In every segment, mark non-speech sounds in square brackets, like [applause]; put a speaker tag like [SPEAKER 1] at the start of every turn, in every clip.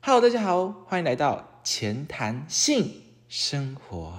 [SPEAKER 1] Hello，大家好，欢迎来到前谈性生活。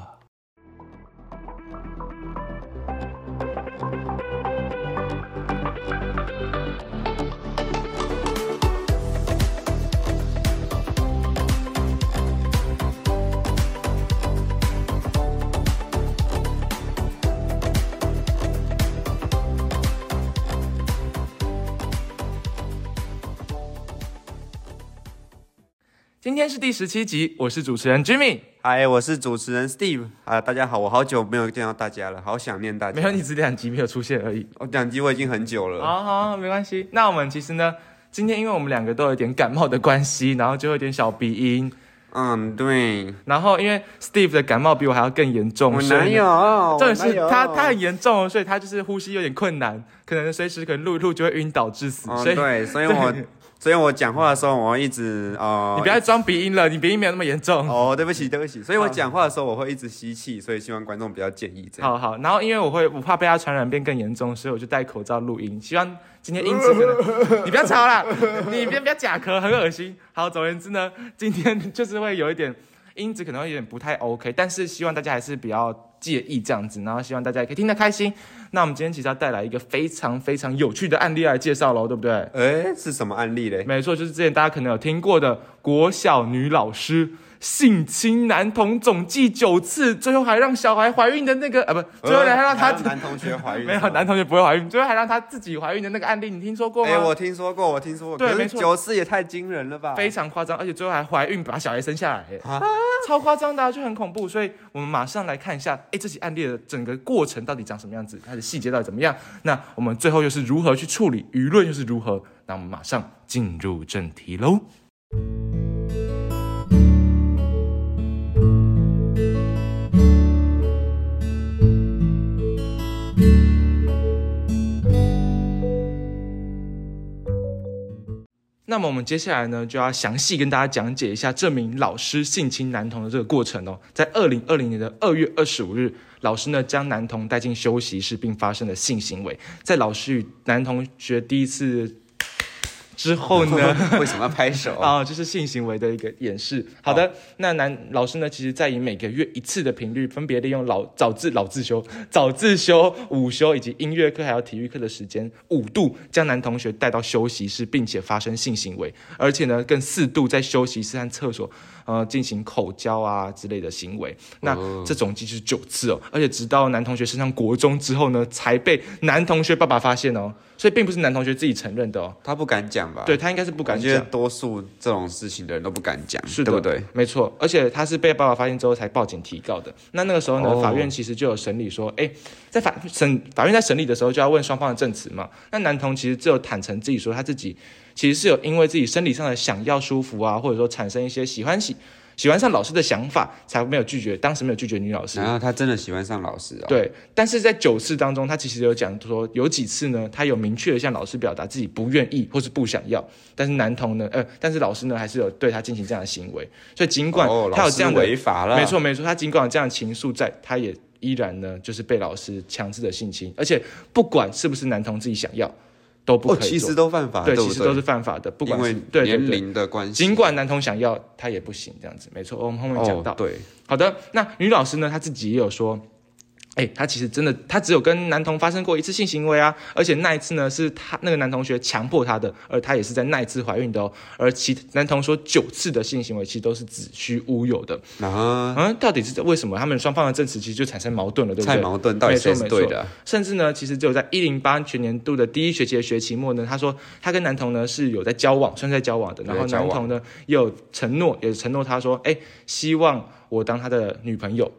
[SPEAKER 1] 今天是第十七集，我是主持人 Jimmy。
[SPEAKER 2] 嗨，哎我是主持人 Steve 啊，大家好，我好久没有见到大家了，好想念大家。
[SPEAKER 1] 没有，你，只两集没有出现而已。
[SPEAKER 2] 我讲机我已经很久了。
[SPEAKER 1] 好好，好没关系。那我们其实呢，今天因为我们两个都有点感冒的关系，然后就有点小鼻音。
[SPEAKER 2] 嗯，对，
[SPEAKER 1] 然后因为 Steve 的感冒比我还要更严重，
[SPEAKER 2] 我
[SPEAKER 1] 所以呢
[SPEAKER 2] 男友，我
[SPEAKER 1] 重点是
[SPEAKER 2] 男友
[SPEAKER 1] 他他很严重哦，所以他就是呼吸有点困难，可能随时可能录一录就会晕倒致死。
[SPEAKER 2] 嗯，
[SPEAKER 1] 所以
[SPEAKER 2] 对，所以我所以我讲话的时候，我会一直哦，
[SPEAKER 1] 你不要再装鼻音了，你鼻音没有那么严重。
[SPEAKER 2] 哦，对不起，对不起，所以我讲话的时候我会一直吸气，所以希望观众不要介意这样。
[SPEAKER 1] 好好，然后因为我会我怕被他传染变更严重，所以我就戴口罩录音。希望今天音质可
[SPEAKER 2] [laughs]
[SPEAKER 1] 能你不要吵啦，你别不要假咳，很恶心。好，总而言之呢，今天就是会有一点音质可能会有点不太 OK，但是希望大家还是比较介意这样子，然后希望大家也可以听得开心。那我们今天其实要带来一个非常非常有趣的案例来介绍喽，对不对？
[SPEAKER 2] 哎，是什么案例嘞？
[SPEAKER 1] 没错，就是之前大家可能有听过的国小女老师性侵男童总计九次，最后还让小孩怀孕的那个啊，不，最后还让他
[SPEAKER 2] 呃男同学怀孕，
[SPEAKER 1] 没有男同学不会怀孕，最后还让他自己怀孕的那个案例，你听说过吗？
[SPEAKER 2] 哎，我听说过，我听说过，
[SPEAKER 1] 对
[SPEAKER 2] 可
[SPEAKER 1] 没
[SPEAKER 2] 是
[SPEAKER 1] 错
[SPEAKER 2] 九四也太惊人了吧？
[SPEAKER 1] 非常夸张，而且最后还怀孕把小孩生下来，哎
[SPEAKER 2] 啊
[SPEAKER 1] 超夸张的、啊，就很恐怖。所以我们马上来看一下，哎，这起案例的整个过程到底长什么样子，它的细节到底怎么样？那我们最后又是如何去处理，舆论又是如何？那我们马上进入正题喽。那么我们接下来呢，就要详细跟大家讲解一下这名老师性侵男童的这个过程哦。在二零二零年的二月二十五日，老师呢将男童带进休息室，并发生了性行为。在老师与男同学第一次之后呢，
[SPEAKER 2] [laughs] 为什么要拍手？
[SPEAKER 1] 啊、这是性行为的一个演示。好
[SPEAKER 2] 哦
[SPEAKER 1] 的，那男老师呢，其实在以每个月一次的频率，分别利用老早自老自修、早自修、午休以及音乐课还有体育课的时间，五度将男同学带到休息室，并且发生性行为，而且呢，更四度在休息室和厕所呃进行口交啊之类的行为。那
[SPEAKER 2] 哦
[SPEAKER 1] 这总计是九次哦，而且直到男同学升上国中之后呢，才被男同学爸爸发现哦，所以并不是男同学自己承认的哦。
[SPEAKER 2] 他不敢讲吧？
[SPEAKER 1] 对他应该是不敢
[SPEAKER 2] 感觉
[SPEAKER 1] 讲。
[SPEAKER 2] 多数这种事情的人都不敢讲，
[SPEAKER 1] 是的，
[SPEAKER 2] 对不对？？
[SPEAKER 1] 没错，而且他是被爸爸发现之后才报警提告的。那那个时候呢，
[SPEAKER 2] 哦
[SPEAKER 1] 法院其实就有审理说，哎，在法审法院在审理的时候就要问双方的证词嘛。那男童其实只有坦诚自己说他自己其实是有因为自己生理上的想要舒服啊，或者说产生一些喜欢喜喜欢上老师的想法，才没有拒绝，当时没有拒绝女老师。
[SPEAKER 2] 然后他真的喜欢上老师哦。，
[SPEAKER 1] 对，但是在九次当中，他其实有讲说，有几次呢，他有明确的向老师表达自己不愿意或是不想要，但是男童呢，呃，但是老师呢，还是有对他进行这样的行为，所以尽管
[SPEAKER 2] 哦，
[SPEAKER 1] 他
[SPEAKER 2] 老
[SPEAKER 1] 有
[SPEAKER 2] 师
[SPEAKER 1] 这样的，
[SPEAKER 2] 违法了，
[SPEAKER 1] 没错没错，他尽管有这样的情愫在，他也依然呢，就是被老师强制的性侵，而且不管是不是男童自己想要，都不
[SPEAKER 2] 哦，
[SPEAKER 1] 可以
[SPEAKER 2] 其
[SPEAKER 1] 做，
[SPEAKER 2] 实都犯法，
[SPEAKER 1] 对，
[SPEAKER 2] 不
[SPEAKER 1] 其实都是犯法的，不管
[SPEAKER 2] 因
[SPEAKER 1] 是
[SPEAKER 2] 为
[SPEAKER 1] 对对
[SPEAKER 2] 年
[SPEAKER 1] 对。
[SPEAKER 2] 龄的关系，
[SPEAKER 1] 尽管男童想要，他也不行，这样子没错。我们后面讲到，
[SPEAKER 2] 哦、对，
[SPEAKER 1] 好的，那女老师呢，她自己也有说。哎，她其实真的，她只有跟男童发生过一次性行为啊，而且那一次呢是她那个男同学强迫她的，而她也是在那一次怀孕的哦。而其男童说九次的性行为其实都是子虚乌有的，
[SPEAKER 2] 然后
[SPEAKER 1] 嗯，到底是为什么？他们双方的证词其实就产生矛盾了，对不
[SPEAKER 2] 太
[SPEAKER 1] 对？
[SPEAKER 2] 矛盾，到底谁是
[SPEAKER 1] 没错没
[SPEAKER 2] 对
[SPEAKER 1] 错
[SPEAKER 2] 的啊？
[SPEAKER 1] 甚至呢，其实只有在一零八学年度的第一学期的学期末呢，他说他跟男童呢是有在交往，算是在交往的。
[SPEAKER 2] 有在
[SPEAKER 1] 然后男童呢也有承诺，也承诺他说，哎，希望我当他的女朋友，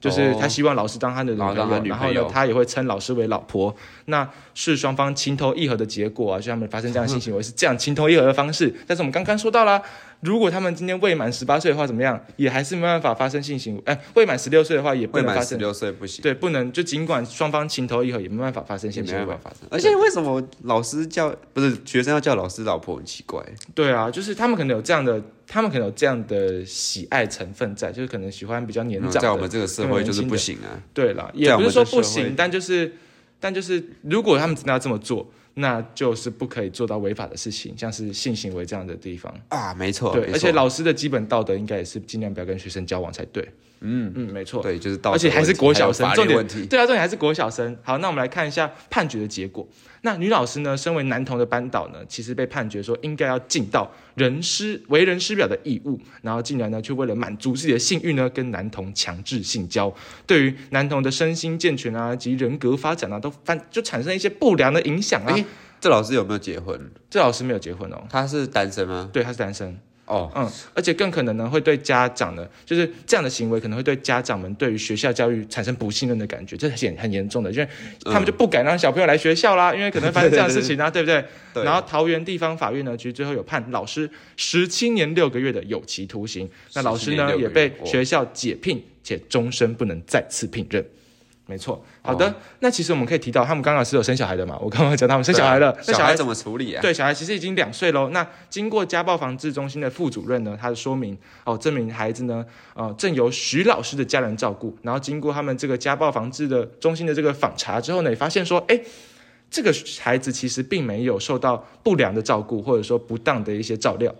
[SPEAKER 1] 就是
[SPEAKER 2] 哦
[SPEAKER 1] 他希望老师当他的女朋友，
[SPEAKER 2] 然后当他女
[SPEAKER 1] 然后
[SPEAKER 2] 朋友
[SPEAKER 1] 呢他也会称老师为老婆。那是双方情投意合的结果啊，就他们发生这样的性行为是这样情投意合的方式。但是我们刚刚说到啦，如果他们今天未满十八岁的话，怎么样，也还是没办法发生性行为。哎，未满十六岁的话，也不
[SPEAKER 2] 未
[SPEAKER 1] 能发
[SPEAKER 2] 满
[SPEAKER 1] 生
[SPEAKER 2] 十。六岁不行，
[SPEAKER 1] 对，不能就尽管双方情投意合，也没办法发生
[SPEAKER 2] 也
[SPEAKER 1] 性
[SPEAKER 2] 没
[SPEAKER 1] 行
[SPEAKER 2] 办
[SPEAKER 1] 为
[SPEAKER 2] 法。发生。而且为什么老师叫不是学生要叫老师老婆很奇怪？
[SPEAKER 1] 对啊，就是他们可能有这样的，他们可能有这样的喜爱成分在，就是可能喜欢比较年
[SPEAKER 2] 嗯
[SPEAKER 1] 长
[SPEAKER 2] 在
[SPEAKER 1] 的。
[SPEAKER 2] 我们这个社
[SPEAKER 1] 更
[SPEAKER 2] 会
[SPEAKER 1] 年
[SPEAKER 2] 就是
[SPEAKER 1] 轻
[SPEAKER 2] 不
[SPEAKER 1] 的
[SPEAKER 2] 行啊。
[SPEAKER 1] 对啦，
[SPEAKER 2] 在
[SPEAKER 1] 也
[SPEAKER 2] 我
[SPEAKER 1] 不是
[SPEAKER 2] 们
[SPEAKER 1] 说
[SPEAKER 2] 这
[SPEAKER 1] 不
[SPEAKER 2] 社会
[SPEAKER 1] 行，但就是但就是如果他们真的要这么做，那就是不可以做到违法的事情，像是性行为这样的地方。
[SPEAKER 2] 啊，没错，
[SPEAKER 1] 对，
[SPEAKER 2] 没
[SPEAKER 1] 而且
[SPEAKER 2] 错
[SPEAKER 1] 老师的基本道德应该也是尽量不要跟学生交往才对。嗯嗯，没错。
[SPEAKER 2] 对就是道德
[SPEAKER 1] 而且还是国小生，
[SPEAKER 2] 问题还有法律
[SPEAKER 1] 重点
[SPEAKER 2] 问题
[SPEAKER 1] 对啊，重点还是国小生。好，那我们来看一下判决的结果。那女老师呢，身为男童的班导呢，其实被判决说应该要尽到人师为人师表的义务，然后竟然呢，却为了满足自己的性欲呢，跟男童强制性交，对于男童的身心健全啊及人格发展啊，都反就产生一些不良的影响啊。
[SPEAKER 2] 哎，这老师有没有结婚？
[SPEAKER 1] 这老师没有结婚哦，
[SPEAKER 2] 他是单身吗？
[SPEAKER 1] 对，他是单身。
[SPEAKER 2] 哦，
[SPEAKER 1] 嗯，而且更可能呢会对家长呢，就是这样的行为可能会对家长们对于学校教育产生不信任的感觉，这很很严重
[SPEAKER 2] 嗯
[SPEAKER 1] 的，因为他们就不敢让小朋友来学校啦，因为可能发生这样的事情啊，对不对？
[SPEAKER 2] [laughs] 对
[SPEAKER 1] 然后桃园地方法院呢，其实最后有判老师十七年六个月的有期徒刑，那老师
[SPEAKER 2] 17年
[SPEAKER 1] 呢
[SPEAKER 2] 六个
[SPEAKER 1] 也
[SPEAKER 2] 月
[SPEAKER 1] 被
[SPEAKER 2] 哦
[SPEAKER 1] 学校解聘，且终身不能再次聘任。没错，好
[SPEAKER 2] 哦
[SPEAKER 1] 的，那其实我们可以提到，他们刚刚是有生小孩的嘛？我刚刚讲他们生小孩了，啊那小
[SPEAKER 2] 小
[SPEAKER 1] 孩
[SPEAKER 2] 孩怎么处理啊？
[SPEAKER 1] 对，小孩其实已经两岁喽。那经过家暴防治中心的副主任呢，他的说明哦，证明孩子呢，呃，正由徐老师的家人照顾。然后经过他们这个家暴防治的中心的这个访查之后呢，也发现说，哎，这个孩子其实并没有受到不良的照顾，或者说不当的一些照料，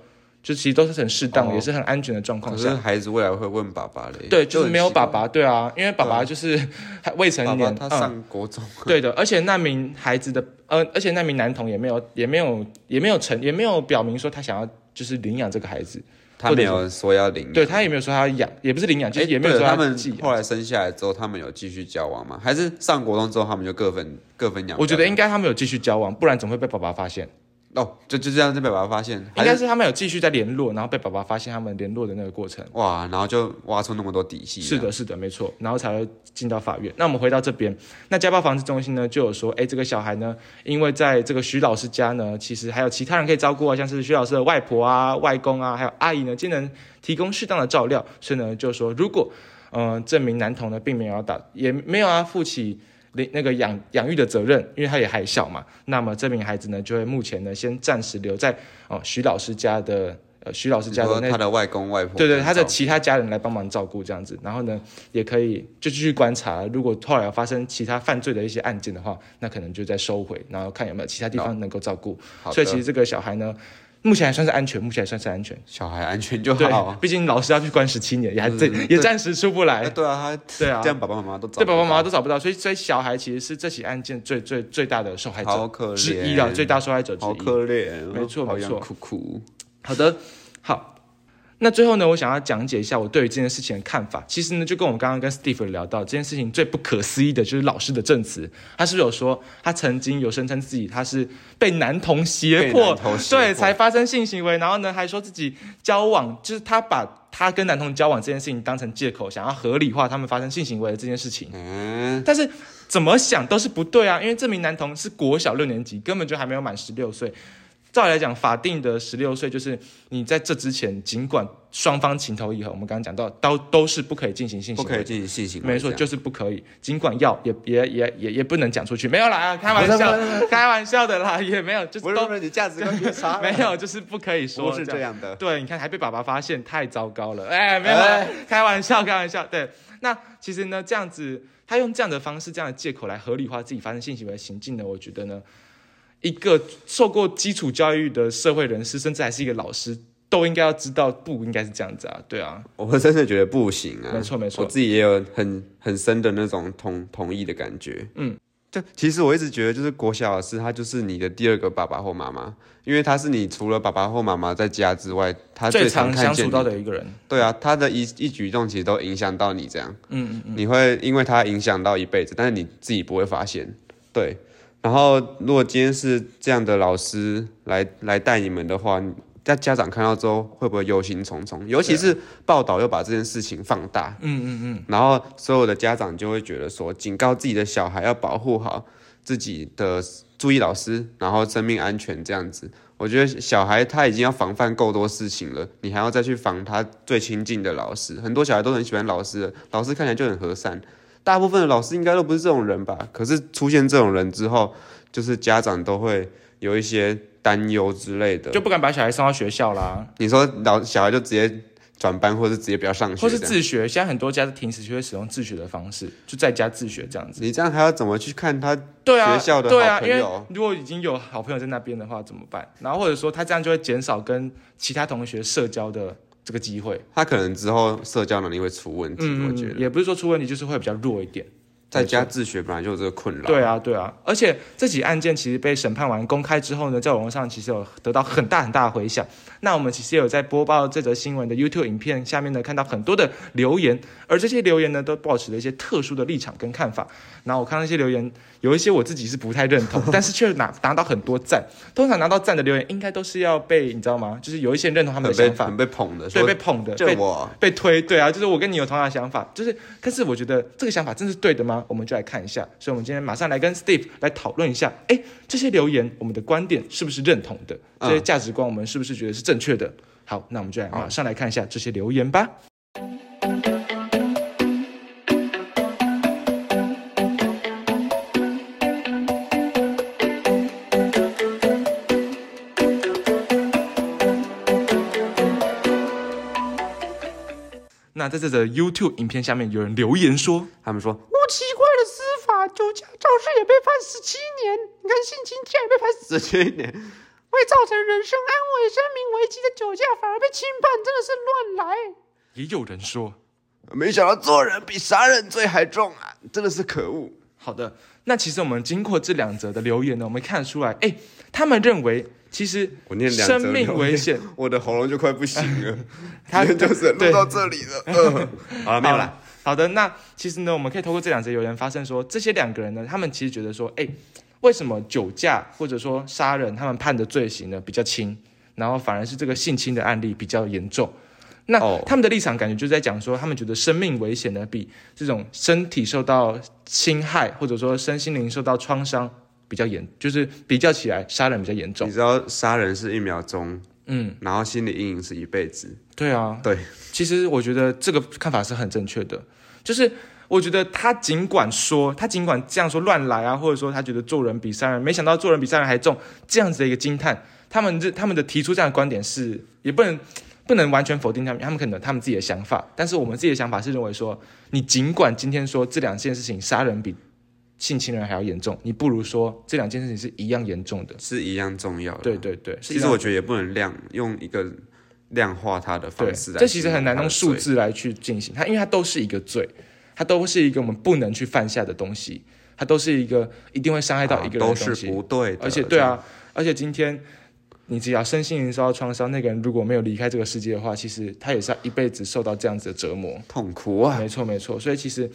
[SPEAKER 1] 就其实都是很适当，
[SPEAKER 2] 哦
[SPEAKER 1] 也是很安全的状况
[SPEAKER 2] 可是
[SPEAKER 1] 下。
[SPEAKER 2] 孩子未来会问爸爸嘞，
[SPEAKER 1] 对，就是
[SPEAKER 2] 很
[SPEAKER 1] 没有
[SPEAKER 2] 奇怪
[SPEAKER 1] 爸，爸，对啊，因为爸爸就是还未成
[SPEAKER 2] 爸爸
[SPEAKER 1] 年，
[SPEAKER 2] 他
[SPEAKER 1] 嗯
[SPEAKER 2] 上国中，
[SPEAKER 1] 对的，而且那名孩子的，呃，而且那名男童也没有，也没有，也没有成，也没有表明说他想要就是领养这个孩子，
[SPEAKER 2] 他没有说要领养，
[SPEAKER 1] 对他也没有说他要养，也不是领养，就是
[SPEAKER 2] 哎
[SPEAKER 1] 也没有
[SPEAKER 2] 嗯对
[SPEAKER 1] 说
[SPEAKER 2] 他
[SPEAKER 1] 要
[SPEAKER 2] 们
[SPEAKER 1] 寄养。
[SPEAKER 2] 后来生下来之后，他们有继续交往吗？还是上国中之后他们就各分各分养？
[SPEAKER 1] 我觉得应该他们有继续交往，不然怎么会被爸爸发现？
[SPEAKER 2] 哦，就就这样就被爸爸发现，
[SPEAKER 1] 应
[SPEAKER 2] 还
[SPEAKER 1] 该是他们有继续在联络，然后被爸爸发现他们联络的那个过程。
[SPEAKER 2] 哇，然后就挖出那么多底细，
[SPEAKER 1] 是，的，是的，没错，然后才会进到法院。那我们回到这边，那家暴防治中心呢就有说，哎，这个小孩呢，因为在这个徐老师家呢，其实还有其他人可以照顾啊，像是徐老师的外婆啊、外公啊，还有阿姨呢，皆能提供适当的照料，所以呢，就说如果呃这名男童呢并没有要打，也没有要负起。领那个养养育的责任，因为他也还小嘛，那么这名孩子呢，就会目前呢先暂时留在哦、徐老师家的呃徐老师
[SPEAKER 2] 你
[SPEAKER 1] 家的
[SPEAKER 2] 说
[SPEAKER 1] 那
[SPEAKER 2] 他的外公外婆，
[SPEAKER 1] 对对，他的
[SPEAKER 2] 照
[SPEAKER 1] 其他家人来帮忙照顾这样子，然后呢，也可以就继续观察，如果后来有发生其他犯罪的一些案件的话，那可能就再收回，然后看有没有其他地方能够照顾。
[SPEAKER 2] 哦好的
[SPEAKER 1] 所以其实这个小孩呢，目前还算是安全，目前还算是安全。
[SPEAKER 2] 小孩安全就
[SPEAKER 1] 对
[SPEAKER 2] 好。，
[SPEAKER 1] 毕竟老师要去关十七年，也还这
[SPEAKER 2] 嗯
[SPEAKER 1] 也暂时出不
[SPEAKER 2] 哎，
[SPEAKER 1] 来。
[SPEAKER 2] 对啊，
[SPEAKER 1] 对
[SPEAKER 2] 他
[SPEAKER 1] 啊
[SPEAKER 2] 这样爸爸妈妈都找
[SPEAKER 1] 对
[SPEAKER 2] 不
[SPEAKER 1] 爸
[SPEAKER 2] 到
[SPEAKER 1] 爸妈妈都找不到，所以所以小孩其实是这起案件最最最大的受害
[SPEAKER 2] 好
[SPEAKER 1] 者
[SPEAKER 2] 可怜
[SPEAKER 1] 之一啊，最大受害者之一。
[SPEAKER 2] 好可怜哦，
[SPEAKER 1] 没错
[SPEAKER 2] 好
[SPEAKER 1] 没
[SPEAKER 2] 想
[SPEAKER 1] 错
[SPEAKER 2] 哭哭，
[SPEAKER 1] 好的，好。那最后呢，我想要讲解一下我对于这件事情的看法。其实呢，就跟我们刚刚跟 Steve 聊到，这件事情最不可思议的就是老师的证词。他是不是有说，他曾经有声称自己他是被男童胁
[SPEAKER 2] 被
[SPEAKER 1] 迫
[SPEAKER 2] 男童，胁迫
[SPEAKER 1] 对，才发生性行为，然后呢还说自己交往，就是他把他跟男童交往这件事情当成借口，想要合理化他们发生性行为的这件事情。
[SPEAKER 2] 嗯，
[SPEAKER 1] 但是怎么想都是不对啊，因为这名男童是国小六年级，根本就还没有满十六岁。照理来讲，法定的十六岁就是你在这之前，尽管双方情投意合，我们刚刚讲到，都都是不可以进行性
[SPEAKER 2] 不
[SPEAKER 1] 行
[SPEAKER 2] 可以
[SPEAKER 1] 为。
[SPEAKER 2] 进行性行为，
[SPEAKER 1] 没错，
[SPEAKER 2] 这样
[SPEAKER 1] 就是不可以。尽管要，也也也也也不能讲出去。没有啦，开玩笑，开玩笑的啦，也没有，就是
[SPEAKER 2] 不是
[SPEAKER 1] 都
[SPEAKER 2] 不是，你价值观偏差了，
[SPEAKER 1] [laughs] 没
[SPEAKER 2] [laughs]
[SPEAKER 1] 有，就是不可以说
[SPEAKER 2] 不是
[SPEAKER 1] 这
[SPEAKER 2] 这
[SPEAKER 1] 样
[SPEAKER 2] 样的，
[SPEAKER 1] [laughs] 对，你看还被爸爸发现，太糟糕了。哎，没有啦，
[SPEAKER 2] 哎
[SPEAKER 1] 开玩笑，开玩笑。对，那其实呢，这样子，他用这样的方式、这样的借口来合理化自己发生性行为的行径呢，我觉得呢，一个受过基础教育的社会人士，甚至还是一个老师，都应该要知道不应该是这样子啊。对啊，
[SPEAKER 2] 我真的觉得不行啊，
[SPEAKER 1] 没错没错
[SPEAKER 2] 我自己也有很很深的那种同同意的感觉，
[SPEAKER 1] 嗯，
[SPEAKER 2] 但其实我一直觉得就是国小老师他就是你的第二个爸爸或妈妈，因为他是你除了爸爸或妈妈在家之外，他
[SPEAKER 1] 最
[SPEAKER 2] 啊常
[SPEAKER 1] 常
[SPEAKER 2] 看
[SPEAKER 1] 相
[SPEAKER 2] 见
[SPEAKER 1] 处
[SPEAKER 2] 你
[SPEAKER 1] 到，的一个人，
[SPEAKER 2] 对啊，他的一一举一动其实都影响到你这样，
[SPEAKER 1] 嗯嗯
[SPEAKER 2] 你会因为它影响到一辈子，但是你自己不会发现。对，然后如果今天是这样的老师来来带你们的话，你那家长看到之后会不会忧心忡忡？尤其是报道又把这件事情放大，
[SPEAKER 1] 啊嗯嗯嗯，
[SPEAKER 2] 然后所有的家长就会觉得说，警告自己的小孩要保护好自己的，注意老师，然后生命安全这样子。我觉得小孩他已经要防范够多事情了，你还要再去防他最亲近的老师。很多小孩都很喜欢老师的，老师看起来就很和善，大部分的老师应该都不是这种人吧？可是出现这种人之后，就是家长都会有一些担忧之类的
[SPEAKER 1] 就。不敢把小孩送到学校啦。
[SPEAKER 2] 你说老小孩就直接转班，或是直接不要上学，
[SPEAKER 1] 或是自学。现在很多家庭实就会使用自学的方式，就在家自学这样子。
[SPEAKER 2] 你这样还要怎么去看他
[SPEAKER 1] 对啊，
[SPEAKER 2] 学校的
[SPEAKER 1] 对啊，
[SPEAKER 2] 好
[SPEAKER 1] 因
[SPEAKER 2] 朋
[SPEAKER 1] 为
[SPEAKER 2] 友
[SPEAKER 1] 如果已经有好朋友在那边的话，怎么办？然后或者说他这样就会减少跟其他同学社交的这个机会。
[SPEAKER 2] 他可能之后社交能力会出问
[SPEAKER 1] 嗯
[SPEAKER 2] 题？我觉得
[SPEAKER 1] 也不是说出问题，就是会比较弱一点。
[SPEAKER 2] 在家自学本来就有这个困扰。
[SPEAKER 1] 对啊，对啊，而且这起案件其实被审判完公开之后呢，在网络上其实有得到很大很大的回响。那我们其实也有在播报这则新闻的 YouTube 影片下面呢，看到很多的留言，而这些留言呢，都保持了一些特殊的立场跟看法。然后我看到一些留言，有一些我自己是不太
[SPEAKER 2] [laughs]
[SPEAKER 1] 认同，但是却拿拿到很多赞。通常拿到赞的留言，应该都是要被你知道吗？就是有一些人认同他们
[SPEAKER 2] 很
[SPEAKER 1] 的
[SPEAKER 2] 被
[SPEAKER 1] 想法，
[SPEAKER 2] 很被捧的，
[SPEAKER 1] 对，
[SPEAKER 2] 说
[SPEAKER 1] 被捧的，
[SPEAKER 2] 就
[SPEAKER 1] 被
[SPEAKER 2] 我
[SPEAKER 1] 被推，对啊，就是我跟你有同样的想法，就是，但是我觉得这个想法真是对的吗？我们就来看一下。所以，我们今天马上来跟 Steve 来讨论一下，哎，这些留言我们的观点是不是认同的？
[SPEAKER 2] 嗯
[SPEAKER 1] 这些价值观我们是不是觉得是正确的？好，那我们就来
[SPEAKER 2] 好
[SPEAKER 1] 马上来看一下这些留言吧。那在这则 YouTube 影片下面有人留言说，
[SPEAKER 2] 他们说
[SPEAKER 3] 不奇怪的司法，酒驾肇事也被判十七年，你看性侵竟然也被判
[SPEAKER 2] 直
[SPEAKER 3] 死，
[SPEAKER 2] 接一点，
[SPEAKER 3] 为造成人身安危、生命危机的酒驾反而被轻判，真的是乱来。
[SPEAKER 1] 也有人说，
[SPEAKER 2] 没想到做人比杀人罪还重啊，真的是可恶。
[SPEAKER 1] 好的，那其实我们经过这两则的留言呢，我们看得出来，哎，他们认为其实
[SPEAKER 2] 我念两则
[SPEAKER 1] 生命危险，
[SPEAKER 2] 我的喉咙就快不行
[SPEAKER 1] [laughs]
[SPEAKER 2] 了，
[SPEAKER 1] 他
[SPEAKER 2] 今天就是
[SPEAKER 1] 对
[SPEAKER 2] 录到这 [laughs] 里了。呃、好了，没有啦，
[SPEAKER 1] 好的，那其实呢，我们可以透过这两则留言发现说，这些两个人呢，他们其实觉得说，哎，为什么酒驾或者说杀人，他们判的罪行呢比较轻，然后反而是这个性侵的案例比较严重。那
[SPEAKER 2] 哦
[SPEAKER 1] 他们的立场感觉就在讲说，他们觉得生命危险呢比这种身体受到侵害或者说身心灵受到创伤比较严，就是比较起来杀人比较严重
[SPEAKER 2] 你。知道杀人是一秒钟，
[SPEAKER 1] 嗯，
[SPEAKER 2] 然后心理阴影是一辈子。
[SPEAKER 1] 对啊，
[SPEAKER 2] 对，
[SPEAKER 1] 其实我觉得这个看法是很正确的，就是我觉得他尽管说，他尽管这样说乱来啊，或者说他觉得做人比杀人，没想到做人比杀人还重，这样子的一个惊叹，他们这他们的提出这样的观点是也不能。不能完全否定他们，他们可能有他们自己的想法，但是我们自己的想法是认为说，你尽管今天说这两件事情杀人比性侵人还要严重，你不如说这两件事情是一样严重的。
[SPEAKER 2] 是一样重要的。
[SPEAKER 1] 对，对对，
[SPEAKER 2] 其实我觉得也不能量用一个量化它的
[SPEAKER 1] 对，
[SPEAKER 2] 方式来形容它的罪。
[SPEAKER 1] 这其实很难用数字来去进行它，因为它都是一个罪，它都是一个我们不能去犯下的东西，它都是一个一定会伤害到一个人
[SPEAKER 2] 啊
[SPEAKER 1] 的
[SPEAKER 2] 都
[SPEAKER 1] 东
[SPEAKER 2] 是
[SPEAKER 1] 西。
[SPEAKER 2] 不对的。
[SPEAKER 1] 而且对，啊，而且今天你只要身心灵受到创伤，那个人如果没有离开这个世界的话，其实他也是要一辈子受到这样子的折磨。
[SPEAKER 2] 痛苦啊，
[SPEAKER 1] 没错没错，所以其实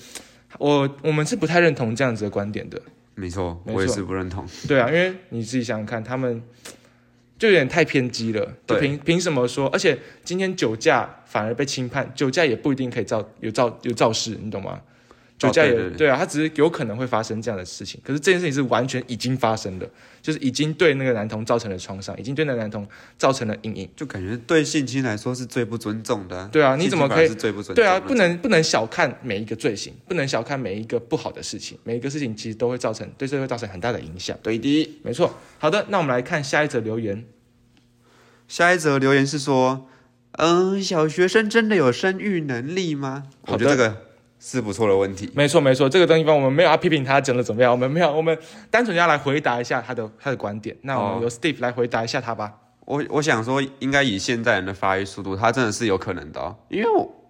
[SPEAKER 1] 我我们是不太认同这样子的观点的。
[SPEAKER 2] 没错，
[SPEAKER 1] 没错
[SPEAKER 2] 我也是不认同。
[SPEAKER 1] 对啊，因为你自己想想看，他们就有点太偏激了。就
[SPEAKER 2] 对
[SPEAKER 1] 凭凭什么说？而且今天酒驾反而被轻判，酒驾也不一定可以造有造有肇事，你懂吗？酒驾也、
[SPEAKER 2] 哦对对对
[SPEAKER 1] 啊，他只是有可能会发生这样的事情，可是这件事情是完全已经发生的，就是已经对那个男童造成了创伤，已经对那个男童造成了阴影。
[SPEAKER 2] 就感觉对性侵来说是最不尊重的、
[SPEAKER 1] 对啊你怎么可以
[SPEAKER 2] 性侵反而是最不尊重
[SPEAKER 1] 对
[SPEAKER 2] 的？
[SPEAKER 1] 啊，不能不能小看每一个罪行，不能小看每一个不好的事情，每一个事情其实都会造成对社会造成很大的影响。
[SPEAKER 2] 对的。
[SPEAKER 1] 没错，好的，那我们来看下一则留言。
[SPEAKER 2] 下一则留言是说，嗯，小学生真的有生育能力吗？
[SPEAKER 1] 好的
[SPEAKER 2] 我觉得这个是不错的问题。
[SPEAKER 1] 没错没错，这个地方我们没有啊要批评他讲的怎么样，我们没有，我们单纯要来回答一下他的他的观点。那我们
[SPEAKER 2] 哦
[SPEAKER 1] 由 Steve 来回答一下他吧。
[SPEAKER 2] 我我想说，应该以现在人的发育速度，它真的是有可能的、哦。因为我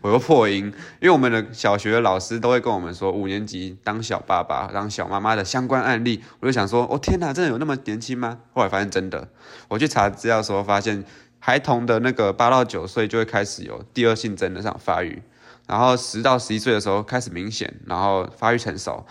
[SPEAKER 2] 我又破音，因为我们的小学的老师都会跟我们说，五年级当小爸爸、当小妈妈的相关案例。我就想说，哦天哪，真的有那么年轻吗？后来发现真的，我去查资料的时候发现，孩童的那个八到九岁就会开始有第二性征的上发育，然后十到十一岁的时候开始明显，然后发育成熟。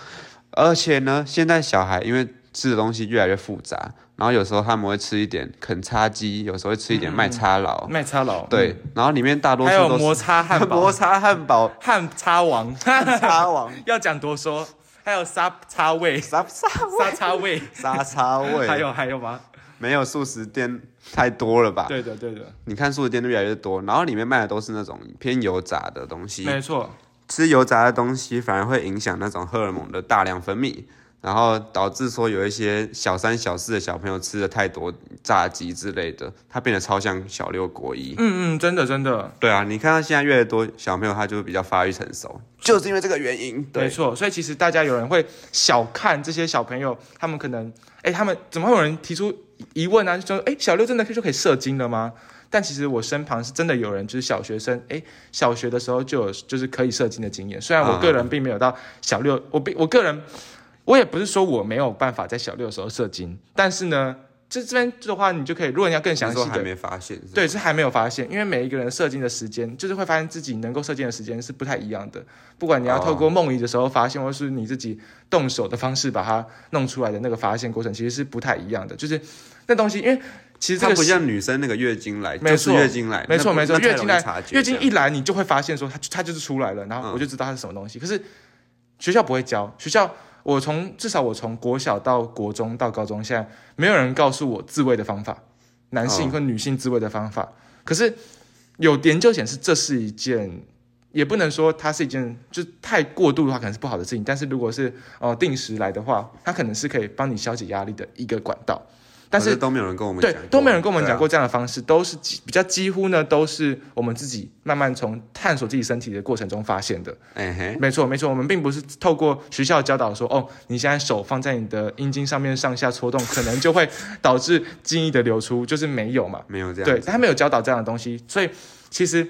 [SPEAKER 2] 而且呢，现在小孩因为吃的东西越来越复杂，然后有时候他们会吃一点肯叉鸡，有时候会吃一点麦叉佬，
[SPEAKER 1] 麦差佬，
[SPEAKER 2] 对，然后里面大多
[SPEAKER 1] 还
[SPEAKER 2] 数
[SPEAKER 1] 有
[SPEAKER 2] 都
[SPEAKER 1] 摩
[SPEAKER 2] 是
[SPEAKER 1] 擦汉堡
[SPEAKER 2] 摩、擦汉堡、
[SPEAKER 1] 汉叉王， [laughs]
[SPEAKER 2] 叉王、
[SPEAKER 1] 要讲多说，还有沙叉味、
[SPEAKER 2] 啥啥
[SPEAKER 1] 沙叉味，
[SPEAKER 2] 沙叉味，
[SPEAKER 1] 还有还有吗？
[SPEAKER 2] 没有素食店太多了吧？
[SPEAKER 1] 对的对的，
[SPEAKER 2] 你看素食店越来越多，然后里面卖的都是那种偏油炸的东西，
[SPEAKER 1] 没错，
[SPEAKER 2] 吃油炸的东西反而会影响那种荷尔蒙的大量分泌，然后导致说有一些小三小四的小朋友吃了太多炸鸡之类的，他变得超像小六国一。
[SPEAKER 1] 嗯嗯，真的真的，
[SPEAKER 2] 对啊，你看到现在越来越多小朋友，他就比较发育成熟，就是因为这个原因。
[SPEAKER 1] 没
[SPEAKER 2] 对，
[SPEAKER 1] 错。所以其实大家有人会小看这些小朋友，他们可能，哎，他们怎么会有人提出疑问呢、啊？就说，哎，小六真的就可以射精了吗？但其实我身旁是真的有人，就是小学生，哎，小学的时候就有就是可以射精的经验。虽然我
[SPEAKER 2] 嗯
[SPEAKER 1] 个人并没有到小六，我并我个人，我也不是说我没有办法在小六的时候射精，但是呢，这这边的话，你就可以，如果你要更详
[SPEAKER 2] 想
[SPEAKER 1] 细
[SPEAKER 2] 说
[SPEAKER 1] 的
[SPEAKER 2] 还，没发现。
[SPEAKER 1] 对，是还没有发现，因为每一个人射精的时间，就是会发现自己能够射精的时间是不太一样的。不管你要透
[SPEAKER 2] 哦
[SPEAKER 1] 过梦遗的时候发现，或是你自己动手的方式把它弄出来的那个发现过程，其实是不太一样的。就是那东西，因为其
[SPEAKER 2] 其
[SPEAKER 1] 实
[SPEAKER 2] 实
[SPEAKER 1] 这
[SPEAKER 2] 它
[SPEAKER 1] 个
[SPEAKER 2] 不
[SPEAKER 1] 是
[SPEAKER 2] 像女生那个月经来，
[SPEAKER 1] 没
[SPEAKER 2] 就是
[SPEAKER 1] 错
[SPEAKER 2] 月经来，
[SPEAKER 1] 没错
[SPEAKER 2] 那
[SPEAKER 1] 没
[SPEAKER 2] 不
[SPEAKER 1] 错，
[SPEAKER 2] 那太
[SPEAKER 1] 月
[SPEAKER 2] 容
[SPEAKER 1] 经
[SPEAKER 2] 易
[SPEAKER 1] 来
[SPEAKER 2] 察，觉
[SPEAKER 1] 月经
[SPEAKER 2] 这
[SPEAKER 1] 一
[SPEAKER 2] 样
[SPEAKER 1] 来你就会发现说它它就是出来了，然后
[SPEAKER 2] 嗯
[SPEAKER 1] 我就知道它是什么东西。可是学校不会教，学校我从至少我从国小到国中到高中，现在没有人告诉我自慰的方法，男性
[SPEAKER 2] 嗯
[SPEAKER 1] 和女性自慰的方法。可是有研究显示，这是一件。也不能说它是一件就是太过度的话，可能是不好的事情。但是如果是呃定时来的话，它可能是可以帮你消解压力的一个管道。但
[SPEAKER 2] 可
[SPEAKER 1] 是
[SPEAKER 2] 都没有人跟我们
[SPEAKER 1] 对
[SPEAKER 2] 讲过，
[SPEAKER 1] 都没有人跟我们
[SPEAKER 2] 对啊
[SPEAKER 1] 讲过这样的方式，都是几比较几乎呢，都是我们自己慢慢从探索自己身体的过程中发现的。
[SPEAKER 2] 哎嘿，
[SPEAKER 1] 没错，没错，我们并不是透过学校教导说，哦，你现在手放在你的阴茎上面上下搓动，可能就会导致精液的流出，就是没有嘛。
[SPEAKER 2] 没有这样。
[SPEAKER 1] 对，他没有教导这样的东西，所以其实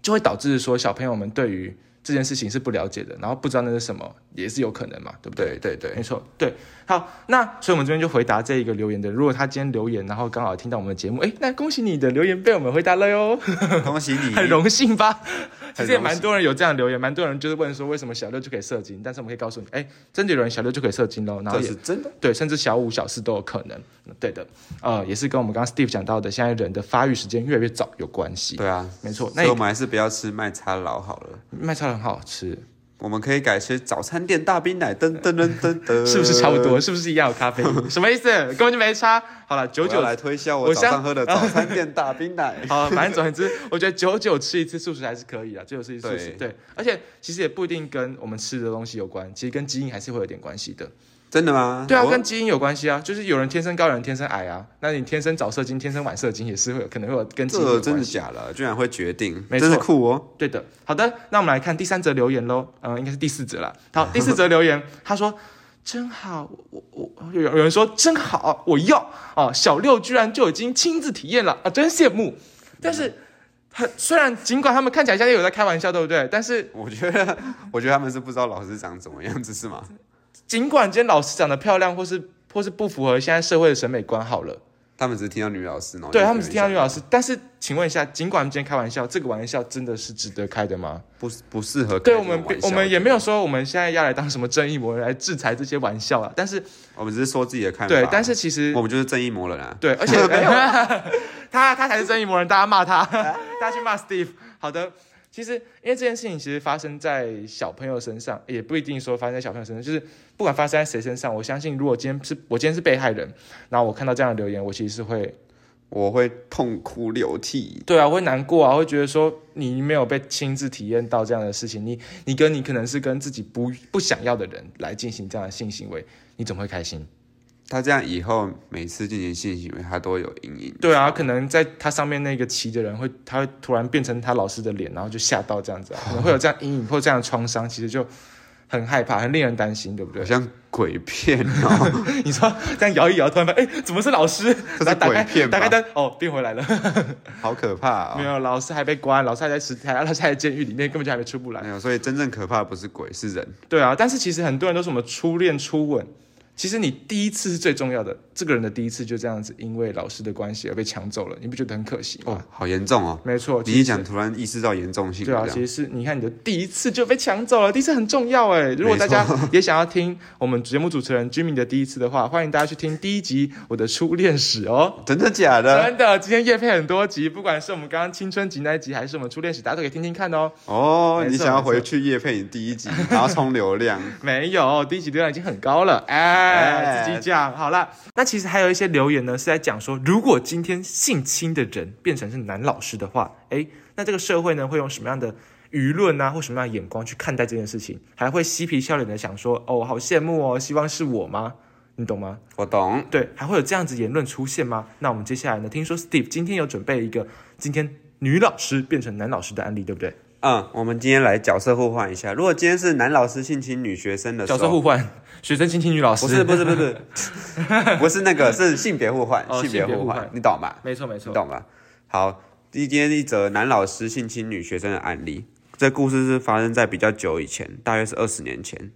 [SPEAKER 1] 就会导致说小朋友们对于这件事情是不了解的，然后不知道那是什么，也是有可能嘛，对不对？
[SPEAKER 2] 对对对
[SPEAKER 1] 没，错，对，好，那所以我们这边就回答这一个留言的。如果他今天留言，然后刚好听到我们的节目，哎，那恭喜你的留言被我们回答了哟，
[SPEAKER 2] 恭喜你，
[SPEAKER 1] [laughs] 很荣幸吧？其
[SPEAKER 2] 很
[SPEAKER 1] 实也
[SPEAKER 2] 荣
[SPEAKER 1] 蛮
[SPEAKER 2] 幸
[SPEAKER 1] 多人有这样留言，蛮多人就是问说为什么小六就可以射精，但是我们可以告诉你，哎，真的有人小六就可以射精喽，然后
[SPEAKER 2] 这
[SPEAKER 1] 也
[SPEAKER 2] 是真的。
[SPEAKER 1] 对，甚至小五、小四都有可能，对的，呃，也是跟我们刚刚 Steve 讲到的，现在人的发育时间越来越早有关系。
[SPEAKER 2] 对啊，
[SPEAKER 1] 没错，那
[SPEAKER 2] 所以我
[SPEAKER 1] 也
[SPEAKER 2] 们还是不要吃麦差佬好了。
[SPEAKER 1] 麦超人很好吃，
[SPEAKER 2] 我们可以改吃早餐店大冰奶，噔噔噔噔噔，
[SPEAKER 1] [laughs] 是不是差不多？是不是一样有咖啡因？什么意思？根本就没差。好了，九
[SPEAKER 2] 我要
[SPEAKER 1] 九
[SPEAKER 2] 来推销
[SPEAKER 1] 我
[SPEAKER 2] 我早
[SPEAKER 1] 相。
[SPEAKER 2] 上喝的早餐店大冰奶
[SPEAKER 1] [laughs] 好，反正总而言之，我觉得久久吃一次素食还是可以的，久久吃一次素食，
[SPEAKER 2] 对
[SPEAKER 1] 对，而且其实也不一定跟我们吃的东西有关，其实跟基因还是会有点关系的。
[SPEAKER 2] 真的吗？
[SPEAKER 1] 对啊，
[SPEAKER 2] 我
[SPEAKER 1] 跟基因有关系啊，就是有人天生高，有人天生矮啊，那你天生早射精，天生晚射精也是会有可能会有跟基因
[SPEAKER 2] 这
[SPEAKER 1] 有
[SPEAKER 2] 真
[SPEAKER 1] 关
[SPEAKER 2] 的
[SPEAKER 1] 系。
[SPEAKER 2] 假的？居然会决定，
[SPEAKER 1] 没
[SPEAKER 2] 真是
[SPEAKER 1] 错
[SPEAKER 2] 酷哦！
[SPEAKER 1] 对的，好的，那我们来看第三则留言喽，嗯、应该是第四则了。好，第四则留言，他说。真好，我我我有有人说真好，我要哦，小六居然就已经亲自体验了啊，真羡慕。但是很虽然尽管他们看起来像有在开玩笑，对不对？但是
[SPEAKER 2] 我觉得，我觉得他们是不知道老师长怎么样子是吗？
[SPEAKER 1] 尽管今天老师长得漂亮，或是或是不符合现在社会的审美观，好了，
[SPEAKER 2] 他们只是听到女老师，然后
[SPEAKER 1] 对
[SPEAKER 2] 就
[SPEAKER 1] 他们是听到女
[SPEAKER 2] 觉得
[SPEAKER 1] 老师。但是请问一下，尽管今天开玩笑，这个玩笑真的是值得开的吗？
[SPEAKER 2] 不不适合开
[SPEAKER 1] 对
[SPEAKER 2] 这
[SPEAKER 1] 我
[SPEAKER 2] 种玩
[SPEAKER 1] 们
[SPEAKER 2] 笑。
[SPEAKER 1] 并，我们也没有说我们现在要来当什么正义魔人来制裁这些玩笑啊。但是
[SPEAKER 2] 哦我们只是说自己的看法。
[SPEAKER 1] 对，但是其实
[SPEAKER 2] 我们就是正义魔人啊！
[SPEAKER 1] 对，
[SPEAKER 2] [laughs]
[SPEAKER 1] 而且哎他他才是正义魔人，大家骂他， [laughs] 大家去骂 Steve。好的，其实因为这件事情其实发生在小朋友身上，也不一定说发生在小朋友身上，就是不管发生在谁身上，我相信如果今天是我今天是被害人，然后我看到这样的留言，我其实是会
[SPEAKER 2] 我会痛哭流涕。
[SPEAKER 1] 对啊，我会难过啊，会觉得说你没有被亲自体验到这样的事情，你你跟你可能是跟自己不不想要的人来进行这样的性行为，你怎么会开心？
[SPEAKER 2] 他这样以后每次进行性行为，他都有阴影。
[SPEAKER 1] 对啊，可能在他上面那个骑的人会，他会突然变成他老师的脸，然后就吓到这样
[SPEAKER 2] [laughs]
[SPEAKER 1] 子、啊，可能会有这样阴影或这样的创伤，其实就很害怕，很令人担心，对不对 [laughs]
[SPEAKER 2] 好？像鬼片哦，
[SPEAKER 1] 你说这样摇一摇，突然发现，哎，怎么是老师？
[SPEAKER 2] 这
[SPEAKER 1] 然
[SPEAKER 2] 是
[SPEAKER 1] 后打
[SPEAKER 2] 鬼
[SPEAKER 1] 开
[SPEAKER 2] 片
[SPEAKER 1] 打开
[SPEAKER 2] 吧？
[SPEAKER 1] 灯，哦，变回来了，
[SPEAKER 2] 好可怕
[SPEAKER 1] 没
[SPEAKER 2] 哦！
[SPEAKER 1] 有，老师还被关，老师还在实还老师还在监狱里面，根本就还没出不来
[SPEAKER 2] 没。有，所以真正可怕的不是鬼，是人。
[SPEAKER 1] 对啊，但是其实很多人都是什么初恋、初吻，其实你第一次是最重要的，这个人的第一次就这样子，因为老师的关系而被抢走了，你不觉得很可惜吗？
[SPEAKER 2] 哦，好严重哦！
[SPEAKER 1] 没错，
[SPEAKER 2] 你
[SPEAKER 1] 其
[SPEAKER 2] 一
[SPEAKER 1] 实
[SPEAKER 2] 讲，突然意识到严重性了，
[SPEAKER 1] 对啊，
[SPEAKER 2] 这样
[SPEAKER 1] 其实是你看你的第一次就被抢走了，第一次很重要哎。如果大家也想要听我们节目主持人 Jimmy 的第一次的话，欢迎大家去听第一集我的初恋史
[SPEAKER 2] [laughs]
[SPEAKER 1] 哦。
[SPEAKER 2] 真的假的？
[SPEAKER 1] 真的，今天夜配很多集，不管是我们刚刚青春集那一集，还是我们初恋史，大家都可以听听看哦。
[SPEAKER 2] 哦，
[SPEAKER 1] 没错
[SPEAKER 2] 你想要
[SPEAKER 1] 没错
[SPEAKER 2] 回去夜配你第一集，然后冲
[SPEAKER 1] [laughs]
[SPEAKER 2] 流量，
[SPEAKER 1] 没有，第一集流量已经很高了，哎，
[SPEAKER 2] 哎
[SPEAKER 1] 自己讲好了。那其实还有一些留言呢，是在讲说，如果今天性侵的人变成是男老师的话，哎，那这个社会呢会用什么样的舆论啊或什么样的眼光去看待这件事情，还会嬉皮笑脸的想说，哦，好羡慕哦，希望是我吗？你懂吗？
[SPEAKER 2] 我懂，
[SPEAKER 1] 对，还会有这样子言论出现吗？那我们接下来呢？听说 Steve 今天有准备一个今天女老师变成男老师的案例，对不对？
[SPEAKER 2] 嗯，我们今天来角色互换一下。如果今天是男老师性侵女学生的时
[SPEAKER 1] 角
[SPEAKER 2] 候，
[SPEAKER 1] 色互换，学生亲亲女老师，
[SPEAKER 2] 不是不是不是
[SPEAKER 1] [laughs]
[SPEAKER 2] 不是那个是性别互换，
[SPEAKER 1] 哦
[SPEAKER 2] 性别
[SPEAKER 1] 性别
[SPEAKER 2] 互
[SPEAKER 1] 互
[SPEAKER 2] 换
[SPEAKER 1] 换，
[SPEAKER 2] 你懂吧？
[SPEAKER 1] 没错没
[SPEAKER 2] 你
[SPEAKER 1] 错，
[SPEAKER 2] 懂吧？好，今天一则男老师性侵女学生的案例，这故事是发生在比较久以前，大约是二十年前。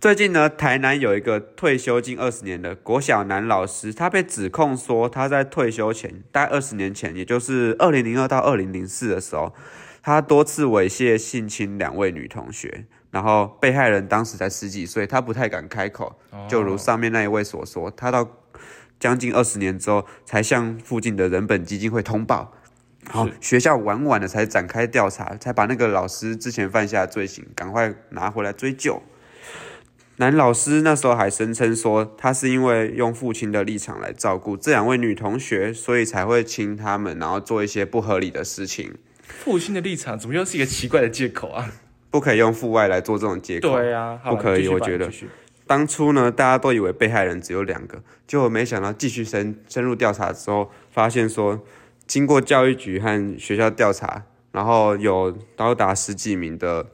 [SPEAKER 2] 最近呢，台南有一个退休近二十年的国小男老师，他被指控说他在退休前，大概二十年前，也就是二零零二到二零零四的时候，他多次猥亵性侵两位女同学，然后被害人当时才十几岁，他不太敢开口，就如上面那一位所说，他到将近二十年之后，才向附近的人本基金会通报。好，学校晚晚的才展开调查，才把那个老师之前犯下的罪行赶快拿回来追究。男老师那时候还声称说，他是因为用父亲的立场来照顾这两位女同学，所以才会亲他们，然后做一些不合理的事情。
[SPEAKER 1] 父亲的立场怎么又是一个奇怪的借口啊？
[SPEAKER 2] 不可以用父爱来做这种借口。
[SPEAKER 1] [laughs] 对啊，好
[SPEAKER 2] 不可
[SPEAKER 1] 继
[SPEAKER 2] 以
[SPEAKER 1] 续吧
[SPEAKER 2] 我觉得
[SPEAKER 1] 继续
[SPEAKER 2] 当初呢，大家都以为被害人只有两个，结果没想到继续深深入调查之后，发现说，经过教育局和学校调查，然后有高达十几名的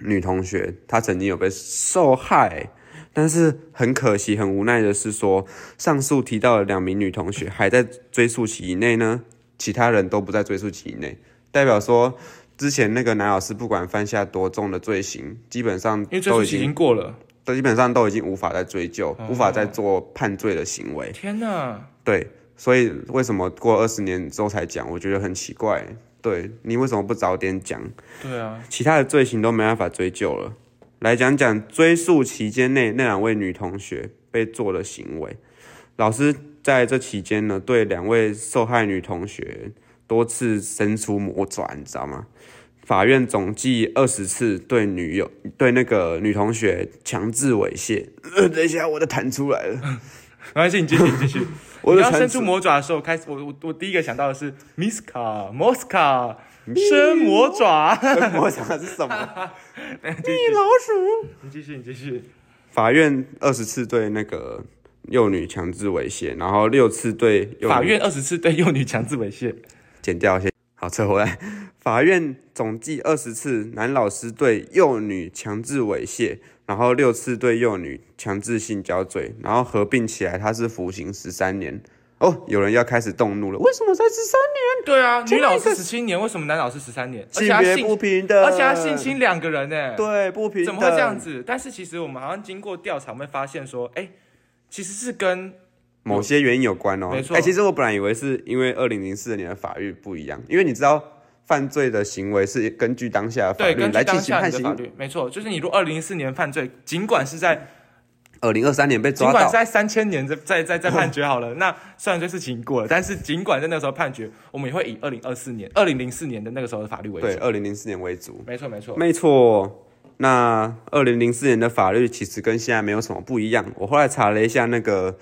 [SPEAKER 2] 女同学，她曾经有被受害。但是很可惜、很无奈的是说，上述提到的两名女同学还在追溯期以内呢，其他人都不在追溯期以内，代表说之前那个男老师不管犯下多重的罪行，基本上
[SPEAKER 1] 因为追
[SPEAKER 2] 都
[SPEAKER 1] 溯
[SPEAKER 2] 已
[SPEAKER 1] 期已
[SPEAKER 2] 经
[SPEAKER 1] 经过了，
[SPEAKER 2] 都基本上都已经无法再追究，无法再做判罪的行为。
[SPEAKER 1] 天哪！
[SPEAKER 2] 对，所以为什么过二十年之后才讲，我觉得很奇怪。对你为什么不早点讲？
[SPEAKER 1] 对啊，
[SPEAKER 2] 其他的罪行都没办法追究了。来讲讲追溯期间内那两位女同学被做的行为。老师在这期间呢，对两位受害女同学多次伸出魔爪，你知道吗？法院总计二十次对女友对那个女同学强制猥亵。 [laughs] 等一下，我的痰出来了， [laughs]
[SPEAKER 1] 没关系，你继续，你继 [laughs] 续。
[SPEAKER 2] 我
[SPEAKER 1] 你
[SPEAKER 2] 的
[SPEAKER 1] 刚
[SPEAKER 2] 痰
[SPEAKER 1] 伸出魔爪的时候，开始我我我第一个想到的是 Miska Moska 伸魔爪。
[SPEAKER 2] 魔爪是什么？
[SPEAKER 1] 你老鼠， [laughs] 你继续，你继续。
[SPEAKER 2] 法院二十次对那个幼女强制猥亵，然后六次对幼女
[SPEAKER 1] 法院二十次对幼女强制猥亵，
[SPEAKER 2] 剪掉先。好，撤回来。法院总计二十次男老师对幼女强制猥亵，然后六次对幼女强制性交罪，然后合并起来，他是服刑十三年。哦，有人要开始动怒了，为什么才十三
[SPEAKER 1] 对啊，女
[SPEAKER 2] 前面
[SPEAKER 1] 老
[SPEAKER 2] 一个
[SPEAKER 1] 师十七年，为什么男老师十三年？而且
[SPEAKER 2] 年？
[SPEAKER 1] 他
[SPEAKER 2] 性别不
[SPEAKER 1] 性，
[SPEAKER 2] 平等，
[SPEAKER 1] 而且他性侵两个人呢，
[SPEAKER 2] 对不平等，
[SPEAKER 1] 怎么会这样？子？但是其实我们好像经过调查，我们会发现说，哎，其实是跟
[SPEAKER 2] 某些原因有关哦。
[SPEAKER 1] 没错
[SPEAKER 2] 哎、其实我本来以为是因为二零零四年的法律不一样，因为你知道犯罪的行为是根据当下的法
[SPEAKER 1] 对
[SPEAKER 2] 律
[SPEAKER 1] 根据
[SPEAKER 2] 来
[SPEAKER 1] 当
[SPEAKER 2] 进行
[SPEAKER 1] 下
[SPEAKER 2] 判
[SPEAKER 1] 你的法
[SPEAKER 2] 刑。
[SPEAKER 1] 律，没错，就是你如二零一四年犯罪，尽管是在
[SPEAKER 2] 二零二三年被
[SPEAKER 1] 尽
[SPEAKER 2] 抓
[SPEAKER 1] 管是
[SPEAKER 2] 到，
[SPEAKER 1] 在三千年再再再再判决好了， [laughs] 那虽然这事情过了，但是尽管在那时候判决，我们也会以二零二四年、二零零四年的那个时候的法律为
[SPEAKER 2] 对，
[SPEAKER 1] 准。
[SPEAKER 2] 二零零四年为主。
[SPEAKER 1] 没错，没错。
[SPEAKER 2] 没错，那二零零四年的法律其实跟现在没有什么不一样。我后来查了一下那个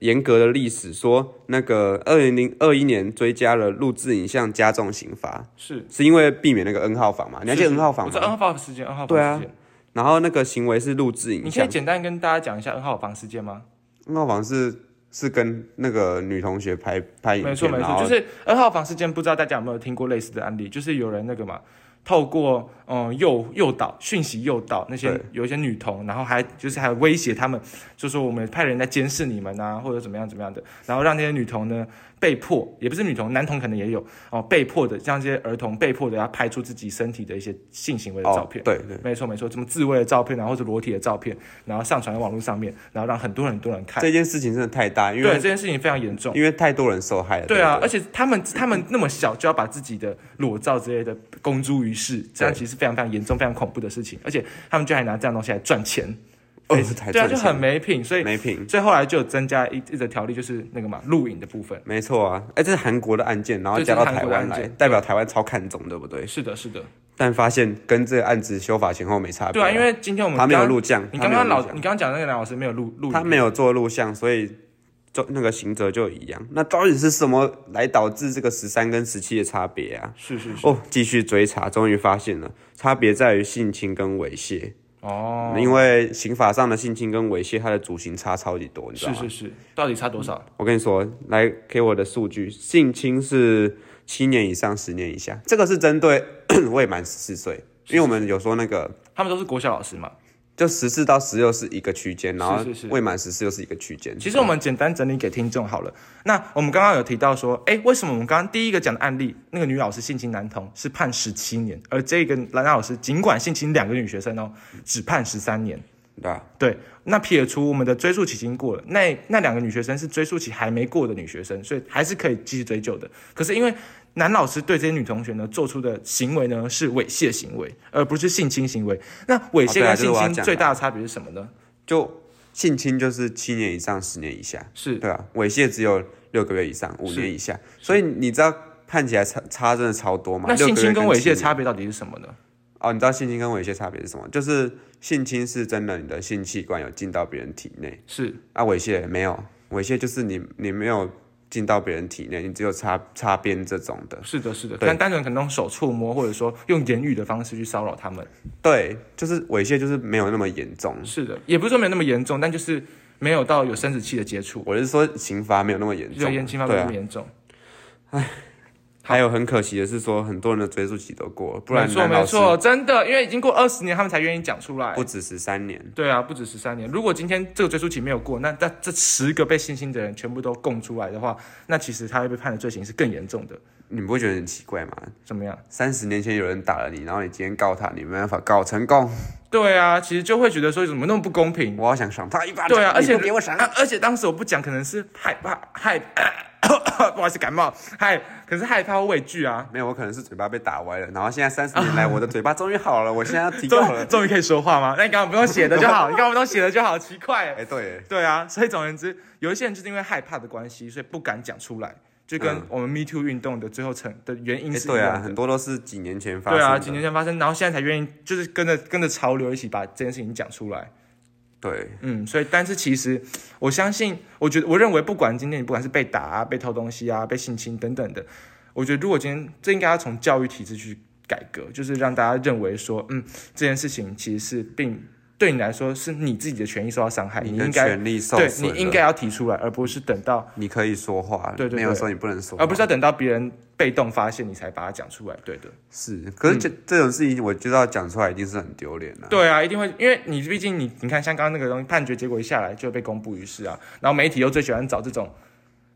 [SPEAKER 2] 严格的历史，说那个二零零二一年追加了录制影像加重刑罚，
[SPEAKER 1] 是，
[SPEAKER 2] 是因为避免那个 N 号房嘛？你还记得 N 号房
[SPEAKER 1] 我知道 N
[SPEAKER 2] 吗？
[SPEAKER 1] 号房事件，N 号
[SPEAKER 2] 对啊
[SPEAKER 1] 房事件。
[SPEAKER 2] 然后那个行为是录制
[SPEAKER 1] 你
[SPEAKER 2] 影
[SPEAKER 1] 可以
[SPEAKER 2] 像
[SPEAKER 1] 简单跟大家讲一下 N 号房事件吗？
[SPEAKER 2] ，N 号房是是跟那个女同学拍拍影
[SPEAKER 1] 没错，没
[SPEAKER 2] 片，然
[SPEAKER 1] 错，
[SPEAKER 2] 后
[SPEAKER 1] 就是 N 号房事件，不知道大家有没有听过类似的案例？就是有人那个嘛，透过嗯诱诱导讯息诱导那些
[SPEAKER 2] 对
[SPEAKER 1] 有一些女童，然后还就是还威胁他们，就说我们派人来监视你们啊，或者怎么样怎么样的，然后让那些女童呢被迫，也不是女童，男童可能也有哦，被迫的让这些儿童被迫的要拍出自己身体的一些性行为的照
[SPEAKER 2] 哦，
[SPEAKER 1] 片。
[SPEAKER 2] 对对，
[SPEAKER 1] 没错没错，什么自慰的照片，啊然后或者裸体的照片，然后上传到网络上面，然后让很多人很多人看。
[SPEAKER 2] 这件事情真的太大，因
[SPEAKER 1] 对
[SPEAKER 2] 为
[SPEAKER 1] 这件事情非常严重。
[SPEAKER 2] 因为太多人受害了，
[SPEAKER 1] 对啊，
[SPEAKER 2] 不
[SPEAKER 1] 而且他们他们那么小就要把自己的裸照之类的公诸于世，这样其实是非常非常严重、非常恐怖的事情。而且他们居然还拿这样东西来赚
[SPEAKER 2] [laughs]
[SPEAKER 1] 钱，
[SPEAKER 2] 哦
[SPEAKER 1] 非
[SPEAKER 2] 才
[SPEAKER 1] 对啊，
[SPEAKER 2] 赚
[SPEAKER 1] 就
[SPEAKER 2] 钱
[SPEAKER 1] 很没品。所以
[SPEAKER 2] 没品。
[SPEAKER 1] 所以后来就有增加一一则条例，就是那个嘛录影的部分。
[SPEAKER 2] 没错啊，哎、这是韩国的案件，然后
[SPEAKER 1] 这是
[SPEAKER 2] 加到
[SPEAKER 1] 韩
[SPEAKER 2] 台
[SPEAKER 1] 国的
[SPEAKER 2] 湾
[SPEAKER 1] 案
[SPEAKER 2] 来，
[SPEAKER 1] 件
[SPEAKER 2] 代表台湾超看重，对不对？
[SPEAKER 1] 是的，是的，
[SPEAKER 2] 但发现跟这个案子修法前后没差别
[SPEAKER 1] 对
[SPEAKER 2] 啊、
[SPEAKER 1] 啊，因为今天我们
[SPEAKER 2] 他没有
[SPEAKER 1] 刚
[SPEAKER 2] 录像，
[SPEAKER 1] 你
[SPEAKER 2] 他
[SPEAKER 1] 刚
[SPEAKER 2] 没有
[SPEAKER 1] 刚
[SPEAKER 2] 录
[SPEAKER 1] 老
[SPEAKER 2] 像
[SPEAKER 1] 你刚刚讲的那个男老师没有录录影，
[SPEAKER 2] 他没有做录像，所以就那个刑责就一样。那到底是什么来导致这个十三跟十七的差别啊？
[SPEAKER 1] 是是是，
[SPEAKER 2] 哦，继续追查，终于发现了，差别在于性侵跟猥亵。
[SPEAKER 1] 哦，
[SPEAKER 2] 因为刑法上的性侵跟猥亵，它的主刑差超级多，你知道
[SPEAKER 1] 是
[SPEAKER 2] 吗？
[SPEAKER 1] 是是，到底差多少？
[SPEAKER 2] 我跟你说，来给我的数据，性侵是七年以上十年以下，这个是针对未满十四岁，因为我们有说那个
[SPEAKER 1] 他们都是国小老师嘛。
[SPEAKER 2] 就十四到十六是一个区间，然后
[SPEAKER 1] 是是
[SPEAKER 2] 未满十四又是一个区间。
[SPEAKER 1] 其实我们简单整理给听众好了。那我们刚刚有提到说，哎，为什么我们刚刚第一个讲的案例，那个女老师性侵男童是判十七年，而这个男老师尽管性侵两个女学生哦，只判十三年。
[SPEAKER 2] 对啊吧？
[SPEAKER 1] 对，那撇除我们的追诉期已经过了，那那两个女学生是追诉期还没过的女学生，所以还是可以继续追究的。可是因为男老师对这些女同学呢做出的行为呢是猥亵行为，而不是性侵行为。那猥亵
[SPEAKER 2] 哦对啊
[SPEAKER 1] 跟
[SPEAKER 2] 这是
[SPEAKER 1] 性
[SPEAKER 2] 我要
[SPEAKER 1] 侵
[SPEAKER 2] 讲的
[SPEAKER 1] 最大的差别是什么呢？
[SPEAKER 2] 就性侵就是七年以上十年以下，
[SPEAKER 1] 是
[SPEAKER 2] 对啊吧？猥亵只有六个月以上五
[SPEAKER 1] 是
[SPEAKER 2] 年以下，所以你知道判起来差差真的超多嘛？
[SPEAKER 1] 那性侵
[SPEAKER 2] 六个
[SPEAKER 1] 跟
[SPEAKER 2] 月
[SPEAKER 1] 猥亵
[SPEAKER 2] 七
[SPEAKER 1] 的
[SPEAKER 2] 年
[SPEAKER 1] 差别到底是什么呢？
[SPEAKER 2] 哦，你知道性侵跟猥亵差别是什么？就是性侵是真的你的性器官有进到别人体内，
[SPEAKER 1] 是
[SPEAKER 2] 啊，猥亵没有，猥亵就是你你没有进到别人体内，你只有擦擦边这种的。
[SPEAKER 1] 是的，是的，
[SPEAKER 2] 对
[SPEAKER 1] 但单纯可能用手触摸，或者说用言语的方式去骚扰他们。
[SPEAKER 2] 对，就是猥亵，就是没有那么严重。
[SPEAKER 1] 是的，也不是说没有那么严重，但就是没有到有生殖器的接触，
[SPEAKER 2] 我是说刑罚没有那么严
[SPEAKER 1] 热
[SPEAKER 2] 重，
[SPEAKER 1] 烟侵犯没
[SPEAKER 2] 对
[SPEAKER 1] 有那
[SPEAKER 2] 啊
[SPEAKER 1] 么。严重。
[SPEAKER 2] 还有很可惜的是说，很多人的追溯期都过了，啊不然
[SPEAKER 1] 没错
[SPEAKER 2] 男
[SPEAKER 1] 没
[SPEAKER 2] 老师
[SPEAKER 1] 错，真的，因为已经过二十年，他们才愿意讲出来
[SPEAKER 2] 不。止十三年。
[SPEAKER 1] 对啊，不止十三年。如果今天这个追诉期没有过，那那这十个被性侵的人全部都供出来的话，那其实他会被判的罪行是更严重的。
[SPEAKER 2] 你不会觉得很奇怪吗？
[SPEAKER 1] 怎么样？
[SPEAKER 2] 三十年前有人打了你，然后你今天告他，你没办法告成功，
[SPEAKER 1] 对啊，其实就会觉得说怎么那么不公平。
[SPEAKER 2] 我好想赏他一巴掌。
[SPEAKER 1] 对啊，而
[SPEAKER 2] 你
[SPEAKER 1] 且
[SPEAKER 2] 不给我赏，
[SPEAKER 1] 啊而且当时我不讲，可能是害怕害， [coughs] 不好意思感冒，害，可是害怕或畏惧啊。
[SPEAKER 2] 没有，我可能是嘴巴被打歪了，然后现在三十年来，我的嘴巴终于好了，我现在要
[SPEAKER 1] [laughs]
[SPEAKER 2] 提高
[SPEAKER 1] 终
[SPEAKER 2] 了。
[SPEAKER 1] 终于可以说话吗？那你刚刚不用写的就
[SPEAKER 2] [laughs]
[SPEAKER 1] 好，你刚刚不用写的就好，奇怪
[SPEAKER 2] 哎、
[SPEAKER 1] 欸。
[SPEAKER 2] 对，
[SPEAKER 1] 对啊，所以总而言之，有一些人就是因为害怕的关系，所以不敢讲出来，就跟
[SPEAKER 2] 嗯
[SPEAKER 1] 我们 Me Too 运动的最后成的原因
[SPEAKER 2] 哎、
[SPEAKER 1] 是一
[SPEAKER 2] 对啊，
[SPEAKER 1] 样的。
[SPEAKER 2] 很多都是几年前发生
[SPEAKER 1] 对
[SPEAKER 2] 的。
[SPEAKER 1] 啊，几年前发生，然后现在才愿意，就是跟着跟着潮流一起把这件事情讲出来。
[SPEAKER 2] 对
[SPEAKER 1] 嗯，所以但是其实我相信，我觉得我认为，不管今天你不管是被打啊、被偷东西啊、被性侵等等的，我觉得如果今天这应该要从教育体制去改革，就是让大家认为说，嗯，这件事情其实是并对你来说是你自己的权益受到伤害，你
[SPEAKER 2] 你的
[SPEAKER 1] 应该
[SPEAKER 2] 权利受
[SPEAKER 1] 对你
[SPEAKER 2] 损，
[SPEAKER 1] 应该，要提出来，而不是等到，
[SPEAKER 2] 你可以说话，
[SPEAKER 1] 对对对
[SPEAKER 2] 没有说你不能说话，
[SPEAKER 1] 而不是要啊等到别人被动发现你才把它讲出来。对的，
[SPEAKER 2] 是。可是这、
[SPEAKER 1] 嗯
[SPEAKER 2] 这种事情，我知道讲出来一定是很丢脸的。
[SPEAKER 1] 对啊，一定会，因为你毕竟你你看，像刚刚那个东西判决结果一下来就会被公布于世啊，然后媒体又最喜欢找这种，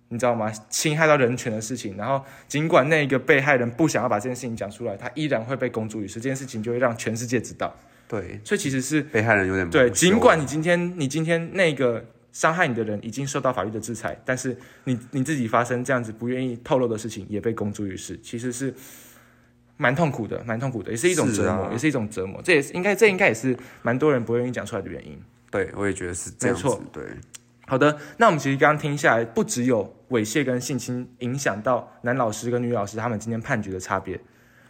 [SPEAKER 1] 你知道吗？侵害到人权的事情，然后尽管那个被害人不想要把这件事情讲出来，他依然会被公诸于世，这件事情就会让全世界知道，
[SPEAKER 2] 对，
[SPEAKER 1] 所以其实是
[SPEAKER 2] 被害人有点
[SPEAKER 1] 对，
[SPEAKER 2] 嗯不羞
[SPEAKER 1] 尽管你今天你今天那个伤害你的人已经受到法律的制裁，但是你你自己发生这样子不愿意透露的事情也被公诸于世，其实是蛮痛苦的，蛮痛苦的，也是一种
[SPEAKER 2] 是
[SPEAKER 1] 折
[SPEAKER 2] 啊
[SPEAKER 1] 磨，也是一种折磨。这也是应该这应该也是蛮多人不愿意讲出来的原因。
[SPEAKER 2] 对，我也觉得是这样
[SPEAKER 1] 没
[SPEAKER 2] 子
[SPEAKER 1] 错。
[SPEAKER 2] 对，
[SPEAKER 1] 好的，那我们其实刚刚听下来，不只有猥亵跟性侵影响到男老师跟女老师他们今天判决的差别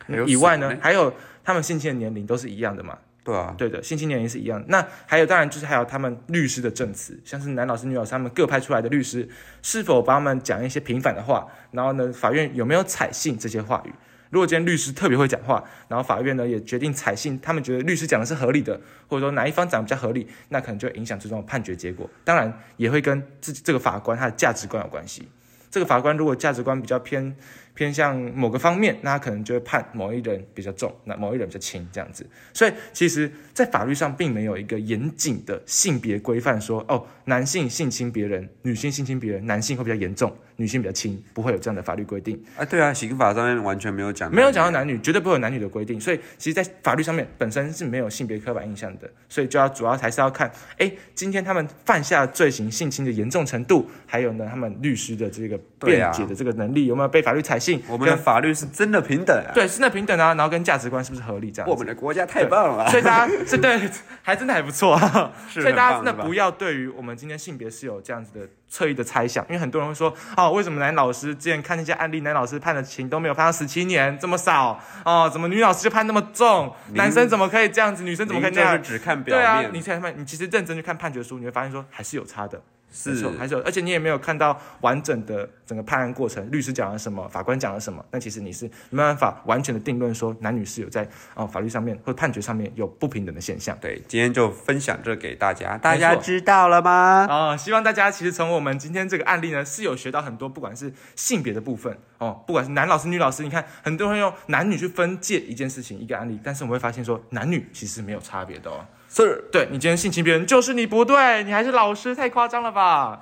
[SPEAKER 2] 还有
[SPEAKER 1] 以外
[SPEAKER 2] 什
[SPEAKER 1] 呢
[SPEAKER 2] 么，
[SPEAKER 1] 还有他们性侵的年龄都是一样的嘛？
[SPEAKER 2] 对啊，
[SPEAKER 1] 对的，性侵年龄是一样的。那还有，当然就是还有他们律师的证词，像是男老师、女老师他们各派出来的律师，是否帮他们讲一些平反的话，然后呢，法院有没有采信这些话语？如果今天律师特别会讲话，然后法院呢也决定采信，他们觉得律师讲的是合理的，或者说哪一方讲得比较合理，那可能就会影响最终的判决结果。当然也会跟自己这个法官他的价值观有关系。这个法官如果价值观比较偏偏向某个方面，那他可能就会判某一人比较重，那某一人比较轻这样子。所以其实，在法律上并没有一个严谨的性别规范说，哦，男性性侵别人，女性性侵别人，男性会比较严重，女性比较轻，不会有这样的法律规定。
[SPEAKER 2] 啊，对啊，刑法上面完全没有讲，
[SPEAKER 1] 没有讲到男女，绝对不会有男女的规定，所以其实，在法律上面本身是没有性别刻板印象的，所以就要主要还是要看，哎，今天他们犯下罪行性侵的严重程度，还有呢，他们律师的这个
[SPEAKER 2] 对
[SPEAKER 1] 辩
[SPEAKER 2] 啊
[SPEAKER 1] 解的这个能力、有没有被法律采信，
[SPEAKER 2] 我们的
[SPEAKER 1] 跟
[SPEAKER 2] 法律是真的平等啊，
[SPEAKER 1] 对是那平等啊，然后跟价值观是不是合理这样
[SPEAKER 2] 我
[SPEAKER 1] 子。
[SPEAKER 2] 们的国家太棒 [laughs] 了啊，
[SPEAKER 1] 所以大家，这对还真的还不错、啊，
[SPEAKER 2] [laughs] 是
[SPEAKER 1] 所以大家
[SPEAKER 2] 很棒
[SPEAKER 1] 真的
[SPEAKER 2] 是吧
[SPEAKER 1] 不要对于我们今天性别是有这样子的侧意的猜想，因为很多人会说，哦，为什么男老师之前看那些案例，男老师判的刑都没有判到十七年，这么少哦，怎么女老师就判那么重，
[SPEAKER 2] 嗯
[SPEAKER 1] 男生怎么可以这样子，女生怎么可以
[SPEAKER 2] 您
[SPEAKER 1] 那
[SPEAKER 2] 就是
[SPEAKER 1] 样？
[SPEAKER 2] 只看表
[SPEAKER 1] 对啊，
[SPEAKER 2] 面
[SPEAKER 1] 你？才发现，你其实认真去看判决书，你会发现说还是有差的，没
[SPEAKER 2] 是
[SPEAKER 1] 错，还是有，而且你也没有看到完整的整个判案过程，律师讲了什么，法官讲了什么，但其实你是没办法完全的定论说男女是有在哦、呃法律上面或判决上面有不平等的现象。
[SPEAKER 2] 对，今天就分享这给大家，大家知道了吗？
[SPEAKER 1] 啊、希望大家其实从我们今天这个案例呢，是有学到很多，不管是性别的部分哦，不管是男老师、女老师，你看很多人用男女去分界一件事情、一个案例，但是我们会发现说，男女其实没有差别的哦。
[SPEAKER 2] 是。
[SPEAKER 1] 对你今天性侵别人，就是你不对，你还是老师，太夸张了吧？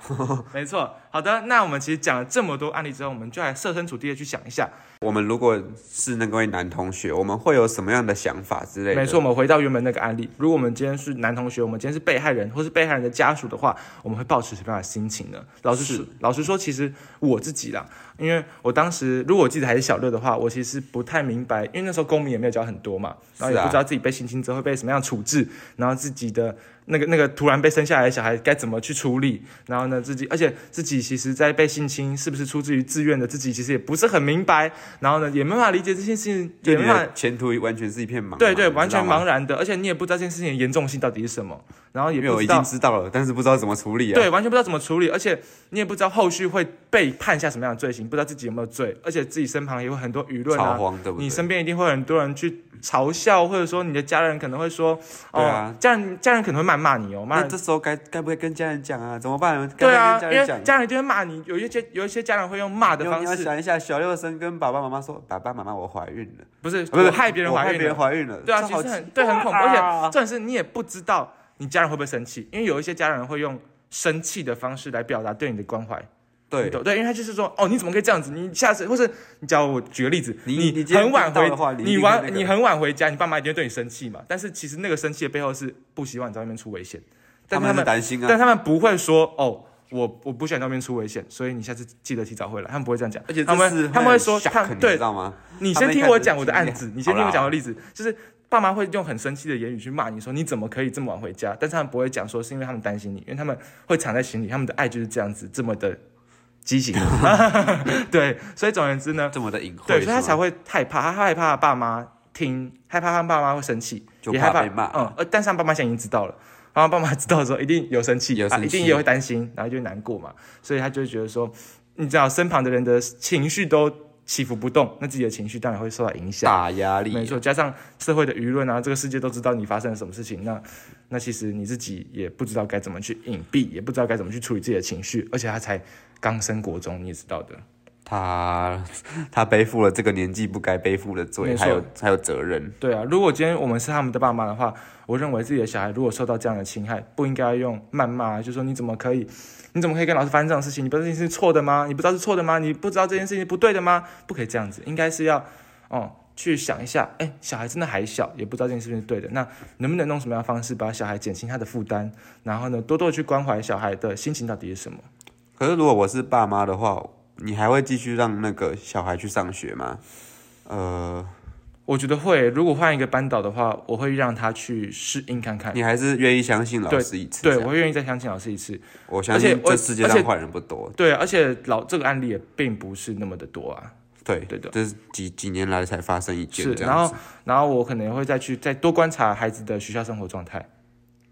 [SPEAKER 1] 没错，好的，那我们其实讲了这么多案例之后，我们就来设身处地的去想一下，
[SPEAKER 2] 我们如果是那位男同学，我们会有什么样的想法之类的？
[SPEAKER 1] 没错，我，们回到原本那个案例，如果我们今天是男同学，我们今天是被害人或是被害人的家属的话，我们会抱持什么样的心情呢？老实说，老实说，其实我自己啦，因为我当时如果我记得还是小六的话，我其实不太明白，因为那时候公民也没有教很多嘛，然后
[SPEAKER 2] 是
[SPEAKER 1] 也
[SPEAKER 2] 啊
[SPEAKER 1] 不知道自己被性侵之后会被什么样的处置，然后自己的那个那个突然被生下来的小孩该怎么去处理，然后呢自己，而且自己其实在被性侵是不是出自于自愿的，自己其实也不是很明白，然后呢也没办法理解这件事情，
[SPEAKER 2] 就
[SPEAKER 1] 也
[SPEAKER 2] 你
[SPEAKER 1] 没办法
[SPEAKER 2] 的前途完全是一片茫茫，
[SPEAKER 1] 对对，
[SPEAKER 2] 你知道
[SPEAKER 1] 完全
[SPEAKER 2] 吗
[SPEAKER 1] 茫。然的，而且你也不知道这件事情的严重性到底是什么，然后也
[SPEAKER 2] 因为
[SPEAKER 1] 不
[SPEAKER 2] 我
[SPEAKER 1] 知
[SPEAKER 2] 已经
[SPEAKER 1] 道，
[SPEAKER 2] 知道了，但是不知道怎么处理啊。
[SPEAKER 1] 对，，完全不知道怎么处理，而且你也不知道后续会被判下什么样的罪行，不知道自己有没有罪，而且自己身旁也会很多舆论
[SPEAKER 2] 超
[SPEAKER 1] 啊，
[SPEAKER 2] 慌，对不对？
[SPEAKER 1] 你身边一定会有很多人去嘲笑，或者说你的家人可能会说，哦，
[SPEAKER 2] 对啊
[SPEAKER 1] 家人家人可能会谩骂你哦，骂
[SPEAKER 2] 那
[SPEAKER 1] 人
[SPEAKER 2] 这时候该该不该跟家人讲啊？怎么办？
[SPEAKER 1] 对
[SPEAKER 2] 该
[SPEAKER 1] 啊
[SPEAKER 2] 不，该
[SPEAKER 1] 因为
[SPEAKER 2] 跟家人讲。
[SPEAKER 1] 家人一定会骂你，有一些有一些家长会用骂的
[SPEAKER 2] 你要
[SPEAKER 1] 方
[SPEAKER 2] 你要
[SPEAKER 1] 式，
[SPEAKER 2] 想一下，小六生跟爸爸妈妈说：“爸爸妈妈，我怀孕了，
[SPEAKER 1] 不是
[SPEAKER 2] 啊不是
[SPEAKER 1] 我害别人
[SPEAKER 2] 我
[SPEAKER 1] 怀
[SPEAKER 2] 害
[SPEAKER 1] 孕
[SPEAKER 2] 别
[SPEAKER 1] 了
[SPEAKER 2] 人，怀孕了。”
[SPEAKER 1] 对啊，
[SPEAKER 2] 这
[SPEAKER 1] 其
[SPEAKER 2] 好
[SPEAKER 1] 实
[SPEAKER 2] 奇
[SPEAKER 1] 很对，很恐怖，而
[SPEAKER 2] 啊
[SPEAKER 1] 且重点是你也不知道你家人会不会生气，因为有一些家人会用生气的方式来表达对你的关怀，你
[SPEAKER 2] 对，
[SPEAKER 1] 懂对，因为他就是说，哦，你怎么可以这样子？你下次，或是你假如我举个例子，
[SPEAKER 2] 你你
[SPEAKER 1] 你
[SPEAKER 2] 今天
[SPEAKER 1] 很晚
[SPEAKER 2] 听到
[SPEAKER 1] 回
[SPEAKER 2] 的话，你一
[SPEAKER 1] 你
[SPEAKER 2] 定
[SPEAKER 1] 晚、
[SPEAKER 2] 会那个
[SPEAKER 1] 你很晚回家，你爸妈一定会对你生气嘛。但是其实那个生气的背后是不希望你在外面出危险，但他
[SPEAKER 2] 他们
[SPEAKER 1] 们
[SPEAKER 2] 很担心啊
[SPEAKER 1] 但。他们不会说哦，我我不想在外面出危险，所以你下次记得提早回来。他们不会这样讲，
[SPEAKER 2] 而且这
[SPEAKER 1] 他们
[SPEAKER 2] 是
[SPEAKER 1] 会他们会说，
[SPEAKER 2] 很 shock，
[SPEAKER 1] 他
[SPEAKER 2] 你
[SPEAKER 1] 对
[SPEAKER 2] 知道吗？
[SPEAKER 1] 你
[SPEAKER 2] 他
[SPEAKER 1] 先
[SPEAKER 2] 们一
[SPEAKER 1] 听
[SPEAKER 2] 开
[SPEAKER 1] 我
[SPEAKER 2] 始
[SPEAKER 1] 讲我的
[SPEAKER 2] 就是
[SPEAKER 1] 案
[SPEAKER 2] 这
[SPEAKER 1] 子
[SPEAKER 2] 样，
[SPEAKER 1] 你先听我讲
[SPEAKER 2] 好
[SPEAKER 1] 我
[SPEAKER 2] 啦
[SPEAKER 1] 的例子，就是爸妈会用很生气的言语去骂你说你怎么可以这么晚回家，但是他们不会讲说是因为他们担心你，因为他们会藏在心里，他们的爱就是这样子这么的畸
[SPEAKER 2] [laughs]
[SPEAKER 1] 形，对，所以总而言之呢，
[SPEAKER 2] 这么的隐晦，
[SPEAKER 1] 对，所以他
[SPEAKER 2] 是
[SPEAKER 1] 才
[SPEAKER 2] 吗
[SPEAKER 1] 会害怕，他害怕爸妈听，害怕他爸妈会生气，
[SPEAKER 2] 就
[SPEAKER 1] 也
[SPEAKER 2] 怕
[SPEAKER 1] 害怕
[SPEAKER 2] 被骂
[SPEAKER 1] 嗯，呃，但是他爸妈现在已经知道了。然后爸妈知道的时候，一定有生气，
[SPEAKER 2] 有生
[SPEAKER 1] 啊，一定
[SPEAKER 2] 气
[SPEAKER 1] 也会担心，然后就会难过嘛，所以他就会觉得说，你知道身旁的人的情绪都起伏不动，那自己的情绪当然会受到影响。
[SPEAKER 2] 大压力，啊
[SPEAKER 1] 没错，加上社会的舆论啊，这个世界都知道你发生了什么事情，那那其实你自己也不知道该怎么去隐蔽，也不知道该怎么去处理自己的情绪，而且他才刚升国中，你也知道的。
[SPEAKER 2] 他 [laughs] 他背负了这个年纪不该背负的罪，
[SPEAKER 1] 没错
[SPEAKER 2] 还有还有责任。
[SPEAKER 1] 对啊，如果今天我们是他们的爸妈的话，我认为自己的小孩如果受到这样的侵害，不应该用谩骂，啊就说你怎么可以，你怎么可以跟老师发生这种事情？你不知道这件事情是错的吗？你不知道是错的吗？你不知道这件事情是不对的吗？不可以这样子，应该是要，哦、去想一下，哎，小孩真的还小，也不知道这件事情是对的，那能不能用什么样的方式把小孩减轻他的负担？然后呢，多多地去关怀小孩的心情到底是什么？
[SPEAKER 2] 可是如果我是爸妈的话，你还会继续让那个小孩去上学吗？呃，
[SPEAKER 1] 我觉得会，如果换一个班导的话，我会让他去适应看看。
[SPEAKER 2] 你还是愿意相信老师一次？
[SPEAKER 1] 对，
[SPEAKER 2] 这样
[SPEAKER 1] 我会愿意再相信老师一次。
[SPEAKER 2] 我相信
[SPEAKER 1] 而且
[SPEAKER 2] 这
[SPEAKER 1] 我
[SPEAKER 2] 世界
[SPEAKER 1] 而
[SPEAKER 2] 上
[SPEAKER 1] 且
[SPEAKER 2] 坏人不多。
[SPEAKER 1] 对，而且老这个案例也并不是那么的多啊，
[SPEAKER 2] 对
[SPEAKER 1] 对的
[SPEAKER 2] 这是几几年来才发生一件
[SPEAKER 1] 是，
[SPEAKER 2] 这
[SPEAKER 1] 然
[SPEAKER 2] 样
[SPEAKER 1] 后
[SPEAKER 2] 子。
[SPEAKER 1] 然后我可能会再去再多观察孩子的学校生活状态，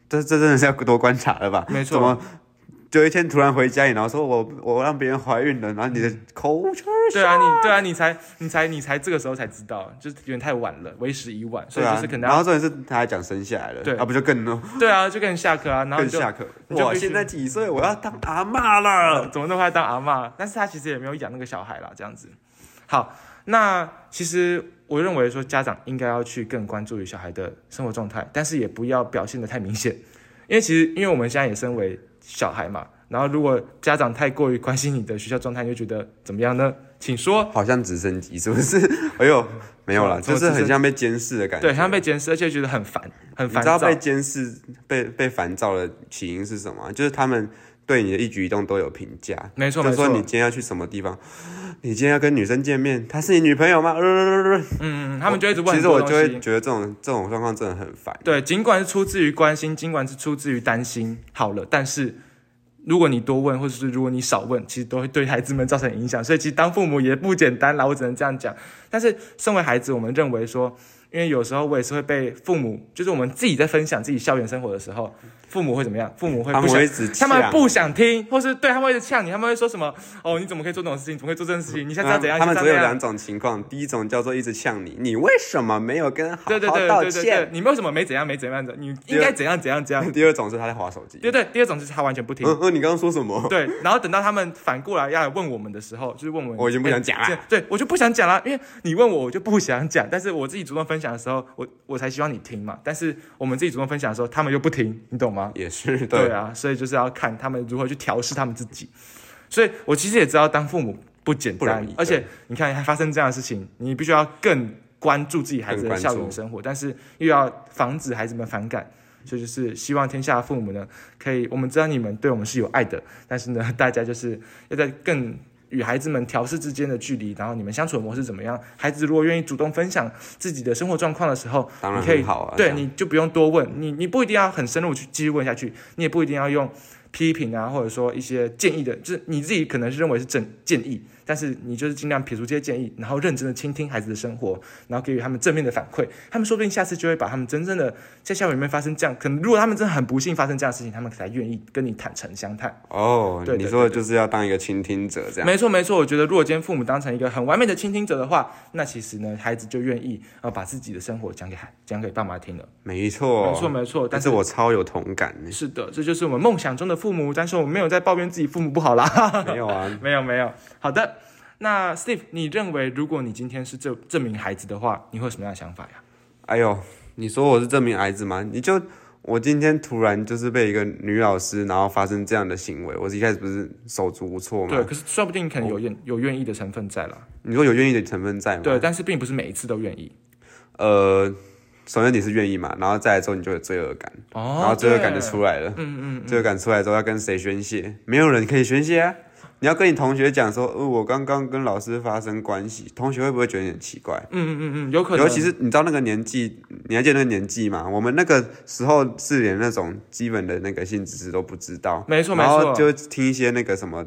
[SPEAKER 2] 这这真的是要多观察了吧？
[SPEAKER 1] 没错
[SPEAKER 2] 怎么有一天突然回家里，然后说我我让别人怀孕了，然后你的
[SPEAKER 1] 嗯
[SPEAKER 2] 口
[SPEAKER 1] 对啊，你对啊，你才你才你才这个时候才知道，就是有点太晚了，为时已晚，所
[SPEAKER 2] 对
[SPEAKER 1] 以
[SPEAKER 2] 啊，
[SPEAKER 1] 就是可能
[SPEAKER 2] 然
[SPEAKER 1] 要
[SPEAKER 2] 后重点是他还讲生下来了，
[SPEAKER 1] 对
[SPEAKER 2] 啊，不就更
[SPEAKER 1] 对啊，就跟人下课啊，然后
[SPEAKER 2] 更
[SPEAKER 1] 你就
[SPEAKER 2] 下课？
[SPEAKER 1] 你就
[SPEAKER 2] 我
[SPEAKER 1] 必须
[SPEAKER 2] 现在几岁？我要当阿嬷了。
[SPEAKER 1] 怎么那么快当阿嬷？但是他其实也没有养那个小孩啦，这样子。好，那其实我认为说家长应该要去更关注于小孩的生活状态，但是也不要表现的太明显，因为其实因为我们现在也身为小孩嘛，然后如果家长太过于关心你的学校状态，你就觉得怎么样呢？请说。
[SPEAKER 2] 好像直升机是不是？ [laughs] 哎呦，没有啦，
[SPEAKER 1] 怎
[SPEAKER 2] 就
[SPEAKER 1] 么
[SPEAKER 2] 是
[SPEAKER 1] 直
[SPEAKER 2] 很
[SPEAKER 1] 升
[SPEAKER 2] 像被监视的感觉。
[SPEAKER 1] 对，他被监视，而且觉得很烦，很
[SPEAKER 2] 你
[SPEAKER 1] 烦
[SPEAKER 2] 知道
[SPEAKER 1] 躁
[SPEAKER 2] 被。监视、被被烦躁的起因是什么吗？就是他们对你的一举一动都有评价。
[SPEAKER 1] 没错
[SPEAKER 2] 就
[SPEAKER 1] 没
[SPEAKER 2] 说
[SPEAKER 1] 错
[SPEAKER 2] 你今天要去什么地方，你今天要跟女生见面，她是你女朋
[SPEAKER 1] [laughs]
[SPEAKER 2] 友吗？呃呃呃呃
[SPEAKER 1] 嗯嗯，他们就一直问
[SPEAKER 2] 其
[SPEAKER 1] 很
[SPEAKER 2] 实
[SPEAKER 1] 多
[SPEAKER 2] 我
[SPEAKER 1] 东
[SPEAKER 2] 就
[SPEAKER 1] 西。
[SPEAKER 2] 会觉得这种这种状况真的很烦。
[SPEAKER 1] 对，尽管是出自于关心，尽管是出自于担心，好了，但是如果你多问，或者是如果你少问，其实都会对孩子们造成影响。所以其实当父母也不简单啦，我只能这样讲。但是身为孩子，我们认为说，因为有时候我也是会被父母，就是我们自己在分享自己校园生活的时候，父母会怎么样？父母会
[SPEAKER 2] 他
[SPEAKER 1] 不
[SPEAKER 2] 们
[SPEAKER 1] 想
[SPEAKER 2] 会一直
[SPEAKER 1] 他们
[SPEAKER 2] 呛
[SPEAKER 1] 不想听，或是对他们会一直呛你，他们会说什么？哦，你怎么可以做这种事情？怎么可以做这种事情？你下次要怎样？
[SPEAKER 2] 嗯他
[SPEAKER 1] 你
[SPEAKER 2] 们
[SPEAKER 1] 下次
[SPEAKER 2] 只有
[SPEAKER 1] 要怎样
[SPEAKER 2] 两种情况，第一种叫做一直呛你，你为什么没有跟好
[SPEAKER 1] 对对
[SPEAKER 2] 好
[SPEAKER 1] 对
[SPEAKER 2] 道
[SPEAKER 1] 对对对
[SPEAKER 2] 歉？， [laughs]
[SPEAKER 1] 你为什么没怎样没怎样的？你应该怎样怎样怎样？
[SPEAKER 2] 第二种是他在划手机。
[SPEAKER 1] 对对，第二种就是他完全不听。
[SPEAKER 2] 嗯嗯，你刚刚说什么？
[SPEAKER 1] 对，然后等到他们反过来要来问我们的时候，就是问我们，
[SPEAKER 2] 我已经不想讲了
[SPEAKER 1] 哎对，对我就不想讲了，因为你问我，我就不想讲。但是我自己主动分享的时候，我我才希望你听嘛。但是我们自己主动分享的时候，他们又不听，你懂吗？
[SPEAKER 2] 也是对
[SPEAKER 1] 对啊，所以就是要看他们如何去调试他们自己。所以我其实也知道当父母不简
[SPEAKER 2] 不
[SPEAKER 1] 单
[SPEAKER 2] 容易，
[SPEAKER 1] 而且你看还发生这样的事情，你必须要更关注自己孩子
[SPEAKER 2] 更
[SPEAKER 1] 的
[SPEAKER 2] 关
[SPEAKER 1] 校
[SPEAKER 2] 注
[SPEAKER 1] 园生活，但是又要防止孩子们反感。所以就是希望天下的父母呢，可以我们知道你们对我们是有爱的，但是呢， [laughs] 大家就是要在更与孩子们调试之间的距离，然后你们相处的模式怎么样？孩子如果愿意主动分享自己的生活状况的时候，
[SPEAKER 2] 当然
[SPEAKER 1] 你可以
[SPEAKER 2] 很好啊这
[SPEAKER 1] 对，
[SPEAKER 2] 样
[SPEAKER 1] 你就不用多问，你你不一定要很深入去继续问下去，你也不一定要用批评啊，或者说一些建议的，就是你自己可能是认为是正建议，但是你就是尽量撇除这些建议，然后认真的倾听孩子的生活，然后给予他们正面的反馈，他们说不定下次就会把他们真正的在校园里面发生这样，可能如果他们真的很不幸发生这样的事情，他们才愿意跟你坦诚相谈。
[SPEAKER 2] 哦，
[SPEAKER 1] 对对
[SPEAKER 2] 你说的就是要当一个倾听者这样。
[SPEAKER 1] 没错没错，我觉得如果今天父母当成一个很完美的倾听者的话，那其实呢，孩子就愿意呃把自己的生活讲给孩讲给爸妈听了。
[SPEAKER 2] 没错，
[SPEAKER 1] 没错没错，但
[SPEAKER 2] 但
[SPEAKER 1] 是。
[SPEAKER 2] 是我超有同感
[SPEAKER 1] [laughs]
[SPEAKER 2] 呢
[SPEAKER 1] 是的，这就是我们梦想中的父母，但是我们没有在抱怨自己父母不好啦。 [laughs]
[SPEAKER 2] 没有啊，
[SPEAKER 1] 没有没有，好的。那 Steve，你认为如果你今天是这这名孩子的话，你会有什么样的想法呀？
[SPEAKER 2] 哎呦，你说我是这名孩子吗？你就我今天突然就是被一个女老师，然后发生这样的行为，我一开始不是手足无措
[SPEAKER 1] 对，
[SPEAKER 2] 吗？
[SPEAKER 1] 可是说不定可能有愿、有愿意的成分在啦。
[SPEAKER 2] 你说有愿意的成分在吗？
[SPEAKER 1] 对，，但是并不是每一次都愿意。
[SPEAKER 2] 呃，首先你是愿意嘛，然后再来之后你就有罪恶感，
[SPEAKER 1] 哦，
[SPEAKER 2] 然后罪恶
[SPEAKER 1] 对
[SPEAKER 2] 感就出来了。
[SPEAKER 1] 嗯嗯
[SPEAKER 2] 罪恶感出来之后要跟谁宣泄？没有人可以宣泄啊！你要跟你同学讲说，呃，我刚刚跟老师发生关系，同学会不会觉得你很奇怪？
[SPEAKER 1] 嗯嗯嗯嗯，有可能。
[SPEAKER 2] 尤其是你知道那个年纪，你还记得那个年纪吗？我们那个时候是连那种基本的那个性知识都不知道，
[SPEAKER 1] 没错
[SPEAKER 2] 然
[SPEAKER 1] 没错
[SPEAKER 2] 后就听一些那个什么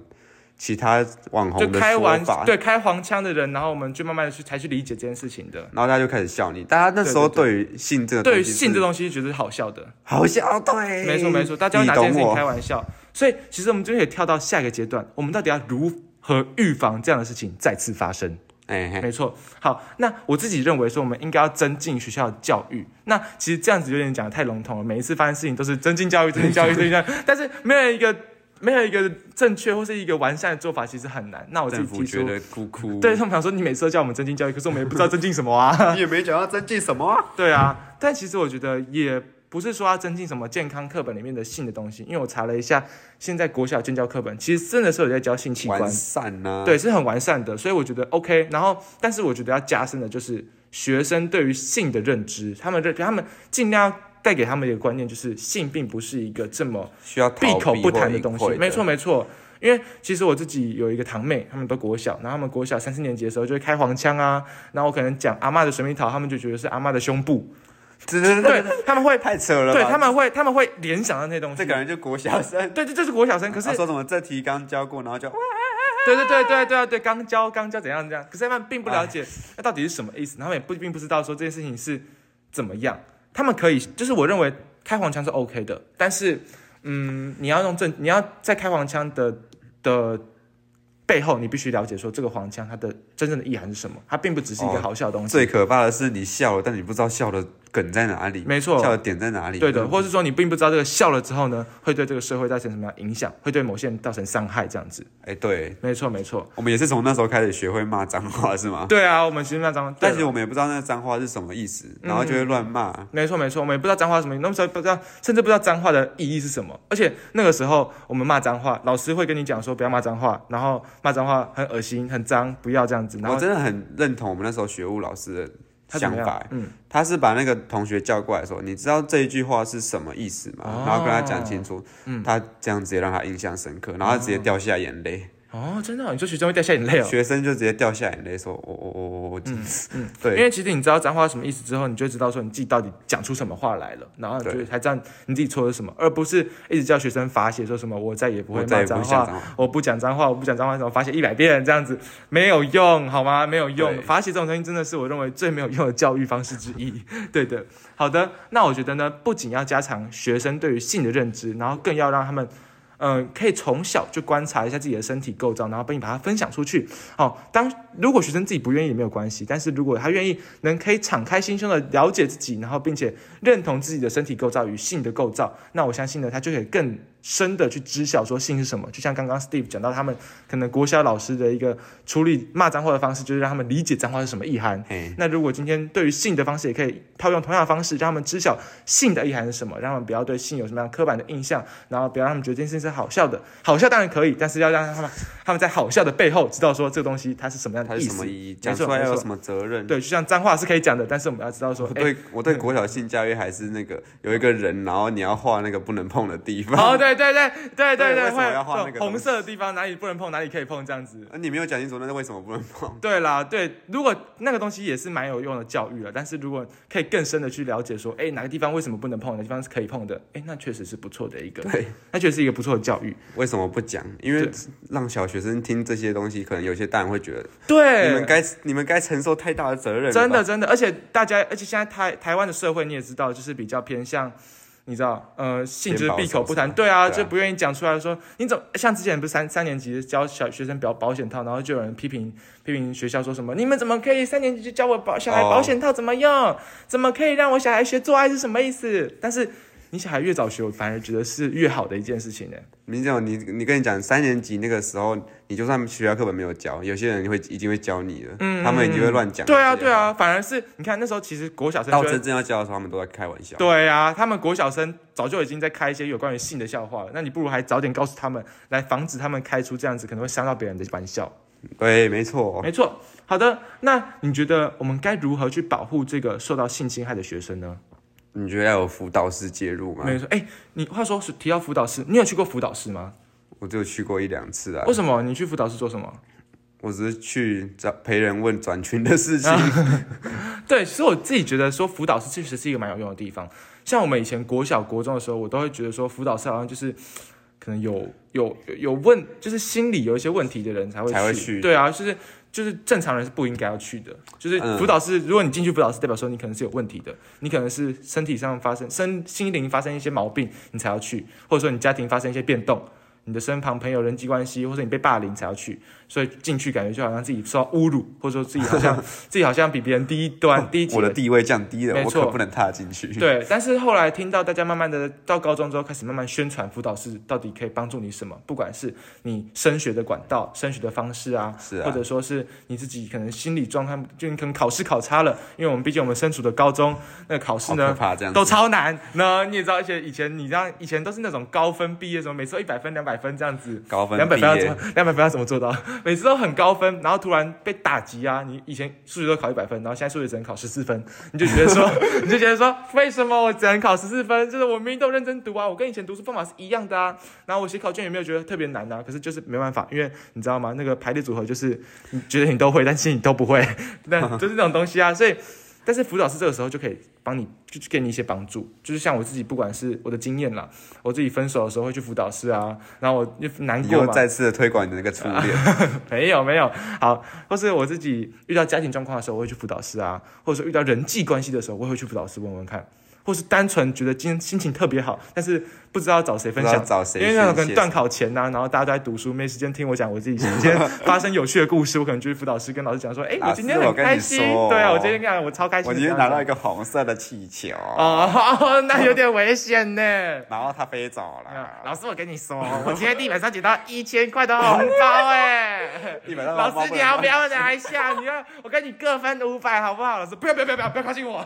[SPEAKER 2] 其他网
[SPEAKER 1] 就
[SPEAKER 2] 红的
[SPEAKER 1] 开
[SPEAKER 2] 说
[SPEAKER 1] 玩
[SPEAKER 2] 法，
[SPEAKER 1] 对开黄腔的人，然后我们就慢慢的去才去理解这件事情的。
[SPEAKER 2] 然后大家就开始笑你。大家那时候对于性这个
[SPEAKER 1] 对于
[SPEAKER 2] 东西
[SPEAKER 1] 性
[SPEAKER 2] 是
[SPEAKER 1] 这东西，觉得是好笑的。
[SPEAKER 2] 好笑，对，
[SPEAKER 1] 没错没错，大家会
[SPEAKER 2] 你
[SPEAKER 1] 拿这件
[SPEAKER 2] 懂
[SPEAKER 1] 事情开
[SPEAKER 2] 我，
[SPEAKER 1] 玩笑。所以其实我们就可以跳到下一个阶段，我们到底要如何预防这样的事情再次发生？
[SPEAKER 2] 哎嘿，
[SPEAKER 1] 没错，好，那我自己认为说，我们应该要增进学校的教育。那其实这样子有点讲得太笼统了，每一次发生事情都是增进教育、增进教育、增进
[SPEAKER 2] [laughs]
[SPEAKER 1] 教育，但是没有一个没有一个正确或是一个完善的做法，其实很难。那我自
[SPEAKER 2] 政
[SPEAKER 1] 己提
[SPEAKER 2] 府觉
[SPEAKER 1] 出，
[SPEAKER 2] 得哭哭，
[SPEAKER 1] 对他们想说，你每次都叫我们增进教育，可是我们也不知道增进什么啊。 [laughs]
[SPEAKER 2] 你也没讲要增进什么啊、
[SPEAKER 1] 对啊，但其实我觉得也不是说要增进什么健康课本里面的性的东西，因为我查了一下，现在国小建教课本其实真的是有在教性器官
[SPEAKER 2] 完善呐、啊，
[SPEAKER 1] 对，是很完善的，所以我觉得 OK。然后，但是我觉得要加深的就是学生对于性的认知，他们认他们尽量带给他们一个观念，就是性并不是一个这么
[SPEAKER 2] 需要
[SPEAKER 1] 闭
[SPEAKER 2] 逃避
[SPEAKER 1] 口不
[SPEAKER 2] 或
[SPEAKER 1] 谈的
[SPEAKER 2] 隐
[SPEAKER 1] 东西
[SPEAKER 2] 晦。的
[SPEAKER 1] 没错，没错。因为其实我自己有一个堂妹，她们都国小，然后她们国小三四年级的时候就会开黄腔啊，然后我可能讲阿嬷的水蜜桃，她们就觉得是阿嬷的胸部，
[SPEAKER 2] 对对
[SPEAKER 1] 对
[SPEAKER 2] 对，
[SPEAKER 1] 他们
[SPEAKER 2] [laughs]
[SPEAKER 1] 会，
[SPEAKER 2] 太扯了吧，
[SPEAKER 1] 对他们会，他们会联想到那些东西
[SPEAKER 2] 这。啊感觉就国
[SPEAKER 1] [laughs]
[SPEAKER 2] 小生。
[SPEAKER 1] 对，这这是国小生，可是
[SPEAKER 2] 他说什么这题刚教过，然后就
[SPEAKER 1] 对对对对对啊对，刚教刚教怎样怎样，可是他们并不了解那到底是什么意思，他们也不并不知道说这件事情是怎么样。他们可以，就是我认为开黄腔是 OK 的，但是嗯，你要用正，你要在开黄腔的的背后，你必须了解说这个黄腔它的真正的意涵是什么，它并不只是一个
[SPEAKER 2] 哦
[SPEAKER 1] 好笑的东西。
[SPEAKER 2] 最可怕的是你笑了，但你不知道笑的梗在哪里，
[SPEAKER 1] 没错
[SPEAKER 2] 笑的点在哪里。嗯
[SPEAKER 1] 对的，或是说你并不知道这个笑了之后呢，会对这个社会造成什么样的影响，会对某些人造成伤害，这样子。
[SPEAKER 2] 哎，对，
[SPEAKER 1] 没错，没错。
[SPEAKER 2] 我们也是从那时候开始学会骂脏话，是吗？
[SPEAKER 1] 对啊，我们其实那张，
[SPEAKER 2] 但其实我们也不知道那脏话是什么意思，然后就
[SPEAKER 1] 嗯
[SPEAKER 2] 会乱骂。
[SPEAKER 1] 没错没错，我们也不知道脏话是什么意思，那时候不知道，甚至不知道脏话的意义是什么。而且那个时候我们骂脏话，老师会跟你讲说不要骂脏话，然后骂脏话很恶心、很脏，不要这样子。然
[SPEAKER 2] 我
[SPEAKER 1] 后
[SPEAKER 2] 真的很认同我们那时候学物老师
[SPEAKER 1] 他怎
[SPEAKER 2] 的想
[SPEAKER 1] 么样
[SPEAKER 2] 法，？欸
[SPEAKER 1] 嗯，
[SPEAKER 2] 他是把那个同学叫过来说：“你知道这一句话是什么意思吗？”
[SPEAKER 1] 哦
[SPEAKER 2] 然后跟他讲清楚，
[SPEAKER 1] 嗯
[SPEAKER 2] 他这样直接让他印象深刻，然后他直接掉下眼泪。
[SPEAKER 1] 哦，真的哦、你说学生会掉下眼泪哦？
[SPEAKER 2] 学生就直接掉下眼泪，说：“我我我我我，嗯，
[SPEAKER 1] 因
[SPEAKER 2] [laughs] 对，
[SPEAKER 1] 为其实你知道脏话什么意思之后，你就会知道说你自己到底讲出什么话来了，然后你就
[SPEAKER 2] 对
[SPEAKER 1] 才知道你自己错了什么，而不是一直叫学生罚写说什么我再也不会
[SPEAKER 2] 我再
[SPEAKER 1] 骂
[SPEAKER 2] 也不
[SPEAKER 1] 脏
[SPEAKER 2] 讲
[SPEAKER 1] 话
[SPEAKER 2] 脏话，
[SPEAKER 1] 我不讲脏话，我不讲脏话什么罚写一百遍这样子没有用好吗？没有用，
[SPEAKER 2] 对
[SPEAKER 1] 罚写这种东西真的是我认为最没有用的教育方式之一。对的，好的，那我觉得呢，不仅要加强学生对于性的认知，然后更要让他们。嗯，可以从小就观察一下自己的身体构造，然后并把它分享出去。好、当如果学生自己不愿意也没有关系，但是如果他愿意，能可以敞开心胸的了解自己，然后并且认同自己的身体构造与性的构造，那我相信呢，他就可以更深的去知晓说性是什么。就像刚刚 Steve 讲到，他们可能国小老师的一个处理骂脏话的方式，就是让他们理解脏话是什么意涵。
[SPEAKER 2] 嘿，
[SPEAKER 1] 那如果今天对于性的方式也可以套用同样的方式，让他们知晓性的意涵是什么，让他们不要对性有什么样刻板的印象，然后不要让他们觉得这件事情是好笑的。好笑当然可以，但是要让他们他们在好笑的背后知道说这个东西它是什么样
[SPEAKER 2] 他
[SPEAKER 1] 的
[SPEAKER 2] 是
[SPEAKER 1] 意
[SPEAKER 2] 什么
[SPEAKER 1] 思。
[SPEAKER 2] 意义？
[SPEAKER 1] 没
[SPEAKER 2] 讲
[SPEAKER 1] 错
[SPEAKER 2] 出来
[SPEAKER 1] 没
[SPEAKER 2] 要有
[SPEAKER 1] 错
[SPEAKER 2] 什么责任？
[SPEAKER 1] 对，就像脏话是可以讲的，但是我们要知 [laughs] 道说，
[SPEAKER 2] 我
[SPEAKER 1] 哎、
[SPEAKER 2] 对我对国小性教育还是那个有一个人，然后你要画那个不能碰的地
[SPEAKER 1] 哦，
[SPEAKER 2] 方。
[SPEAKER 1] 对对对对对
[SPEAKER 2] 对为
[SPEAKER 1] 对，
[SPEAKER 2] 什么
[SPEAKER 1] 会
[SPEAKER 2] 要画那个
[SPEAKER 1] 这种
[SPEAKER 2] 东西
[SPEAKER 1] 红色的地方哪里不能碰，哪里可以碰这样子。
[SPEAKER 2] [laughs] 你没有讲清楚，那是为什么不能碰？ [laughs]
[SPEAKER 1] 对啦，对，如果那个东西也是蛮有用的教育了，但是如果可以更深的去了解说，哎，哪个地方为什么不能碰，哪个地方是可以碰的，哎，那确实是不错的一个，
[SPEAKER 2] 对，
[SPEAKER 1] 那确实是一个不错的教育。
[SPEAKER 2] 为什么不讲？因为
[SPEAKER 1] 对
[SPEAKER 2] 让小学生听这些东西，可能有些大人会觉得
[SPEAKER 1] 对，
[SPEAKER 2] 你们该你们该承受太大的责任了吧。
[SPEAKER 1] 真的真的，而且大家，而且现在台台湾的社会你也知道，就是比较偏向。你知道，呃，性就是闭口不谈，
[SPEAKER 2] 偏保守
[SPEAKER 1] 对啊，
[SPEAKER 2] 对啊
[SPEAKER 1] 就不愿意讲出来说，你怎么像之前不是三三年级教小学生表保险套，然后就有人批评批评学校说什么，你们怎么可以三年级就教我保小孩
[SPEAKER 2] 哦
[SPEAKER 1] 保险套怎么用，怎么可以让我小孩学做爱是什么意思？但是你小孩越早学，我反而觉得是越好的一件事情呢。
[SPEAKER 2] 明总，你你跟你讲，三年级那个时候，你就算学校课本没有教，有些人会已经会教你了，他们已经会乱讲。
[SPEAKER 1] 嗯对啊，对，啊，反而是你看那时候其实国小生
[SPEAKER 2] 到
[SPEAKER 1] 就会
[SPEAKER 2] 真正要教的时候，他们都在开玩笑。
[SPEAKER 1] 对啊，他们国小生早就已经在开一些有关于性的笑话了，那你不如还早点告诉他们，来防止他们开出这样子可能会伤到别人的玩笑。
[SPEAKER 2] 对，没错。
[SPEAKER 1] 没错，好的，那你觉得我们该如何去保护这个受到性侵害的学生呢？
[SPEAKER 2] 你觉得要有辅导师介入吗？
[SPEAKER 1] 没错，哎，你话说是提到辅导室，你有去过辅导室吗？
[SPEAKER 2] 我只有去过一两次啊
[SPEAKER 1] 为，什么你去辅导室做什么？
[SPEAKER 2] 我只是去找陪人问转群的事
[SPEAKER 1] [laughs]
[SPEAKER 2] 情。
[SPEAKER 1] 啊
[SPEAKER 2] [laughs]
[SPEAKER 1] 对，其实我自己觉得说辅导室确实是一个蛮有用的地方。像我们以前国小、国中的时候，我都会觉得说辅导室好像就是可能有有有有问，就是心理有一些问题的人才会
[SPEAKER 2] 才会去
[SPEAKER 1] 对啊，就是就是正常人是不应该要去的。就是
[SPEAKER 2] 嗯
[SPEAKER 1] 辅导室，如果你进去辅导室，代表说你可能是有问题的，你可能是身体上发生、身心灵发生一些毛病，你才要去，或者说你家庭发生一些变动。你的身旁朋友人际关系，或者你被霸凌才要去，所以进去感觉就好像自己受到侮辱，或者说自己好像
[SPEAKER 2] [laughs]
[SPEAKER 1] 自己好像比别人低一端、低一级
[SPEAKER 2] 我的地位降低了，
[SPEAKER 1] 没
[SPEAKER 2] 我
[SPEAKER 1] 错
[SPEAKER 2] 可不能踏进去。
[SPEAKER 1] 对，但是后来听到大家慢慢的到高中之后，开始慢慢宣传辅导室到底可以帮助你什么，不管是你升学的管道、升学的方式啊，
[SPEAKER 2] 是啊
[SPEAKER 1] 或者说是你自己可能心理状态，就你可能考试考差了，因为我们毕竟我们身处的高中，那个考试
[SPEAKER 2] 好可
[SPEAKER 1] 呢。
[SPEAKER 2] 怕，这样子
[SPEAKER 1] 都超难，那你也知道，而且以前你知道，以前都是那种高分毕业，什么每次都一百分、两百分这样子，
[SPEAKER 2] 高分
[SPEAKER 1] 两百
[SPEAKER 2] 毕
[SPEAKER 1] 分要怎
[SPEAKER 2] 业
[SPEAKER 1] 么，两百分要怎么做到？ [laughs] 每次都很高分，然后突然被打击啊！你以前数学都考一百分，然后现在数学只能考十四分，你就觉得
[SPEAKER 2] [laughs]
[SPEAKER 1] 说，你就觉得说，为什么我只能考十四分？就是我明明都认真读啊，我跟以前读书方法是一样的啊。然后我写考卷也没有觉得特别难啊，可是就是没办法，因为你知道吗？那个排列组合就是你觉得你都会，但其实你都不会， [laughs]
[SPEAKER 2] [laughs]
[SPEAKER 1] 那就是这种东西啊，所以。但是辅导师这个时候就可以帮你，就就给你一些帮助，就是像我自己，不管是我的经验啦，我自己分手的时候会去辅导室啊，然后我就难
[SPEAKER 2] 你
[SPEAKER 1] 过
[SPEAKER 2] 又
[SPEAKER 1] 嘛，
[SPEAKER 2] 再次的推广你的那个初恋，
[SPEAKER 1] [laughs] 没有没有，好，或是我自己遇到家庭状况的时候，我会去辅导室啊，或者说遇到人际关系的时候，我也会去辅导室问问看，或是单纯觉得今天心情特别好，但是不知道找谁
[SPEAKER 2] 不
[SPEAKER 1] 分
[SPEAKER 2] 知道
[SPEAKER 1] 享。
[SPEAKER 2] 找谁
[SPEAKER 1] 因为
[SPEAKER 2] 宣
[SPEAKER 1] 那种可能
[SPEAKER 2] 泄
[SPEAKER 1] 断考前呐、然后大家都在读书，没时间听我讲我自己今天发生有趣的故事。我可能就去辅导室跟老师讲说，哎、
[SPEAKER 2] 老师
[SPEAKER 1] 我今天很开
[SPEAKER 2] 我
[SPEAKER 1] 心，
[SPEAKER 2] 跟你说哦
[SPEAKER 1] 对啊，我今天干我超 [laughs] 开心
[SPEAKER 2] 我
[SPEAKER 1] 的
[SPEAKER 2] 今
[SPEAKER 1] 这样
[SPEAKER 2] 天
[SPEAKER 1] 子。
[SPEAKER 2] 拿到一个红色的气
[SPEAKER 1] [laughs]
[SPEAKER 2] 球，
[SPEAKER 1] 哦， [laughs] 那有点危险呢。
[SPEAKER 2] 然后它飞走
[SPEAKER 1] [laughs] 啊
[SPEAKER 2] 了。
[SPEAKER 1] 老师，我跟你说，我今天地板上捡到一千块的红包哎、
[SPEAKER 2] 地板上的红包
[SPEAKER 1] 老师，
[SPEAKER 2] 不
[SPEAKER 1] 你
[SPEAKER 2] 能
[SPEAKER 1] 要不要拿一下？你要我跟你各分五百，好不好？老师，不要不要不要不要不要靠近我。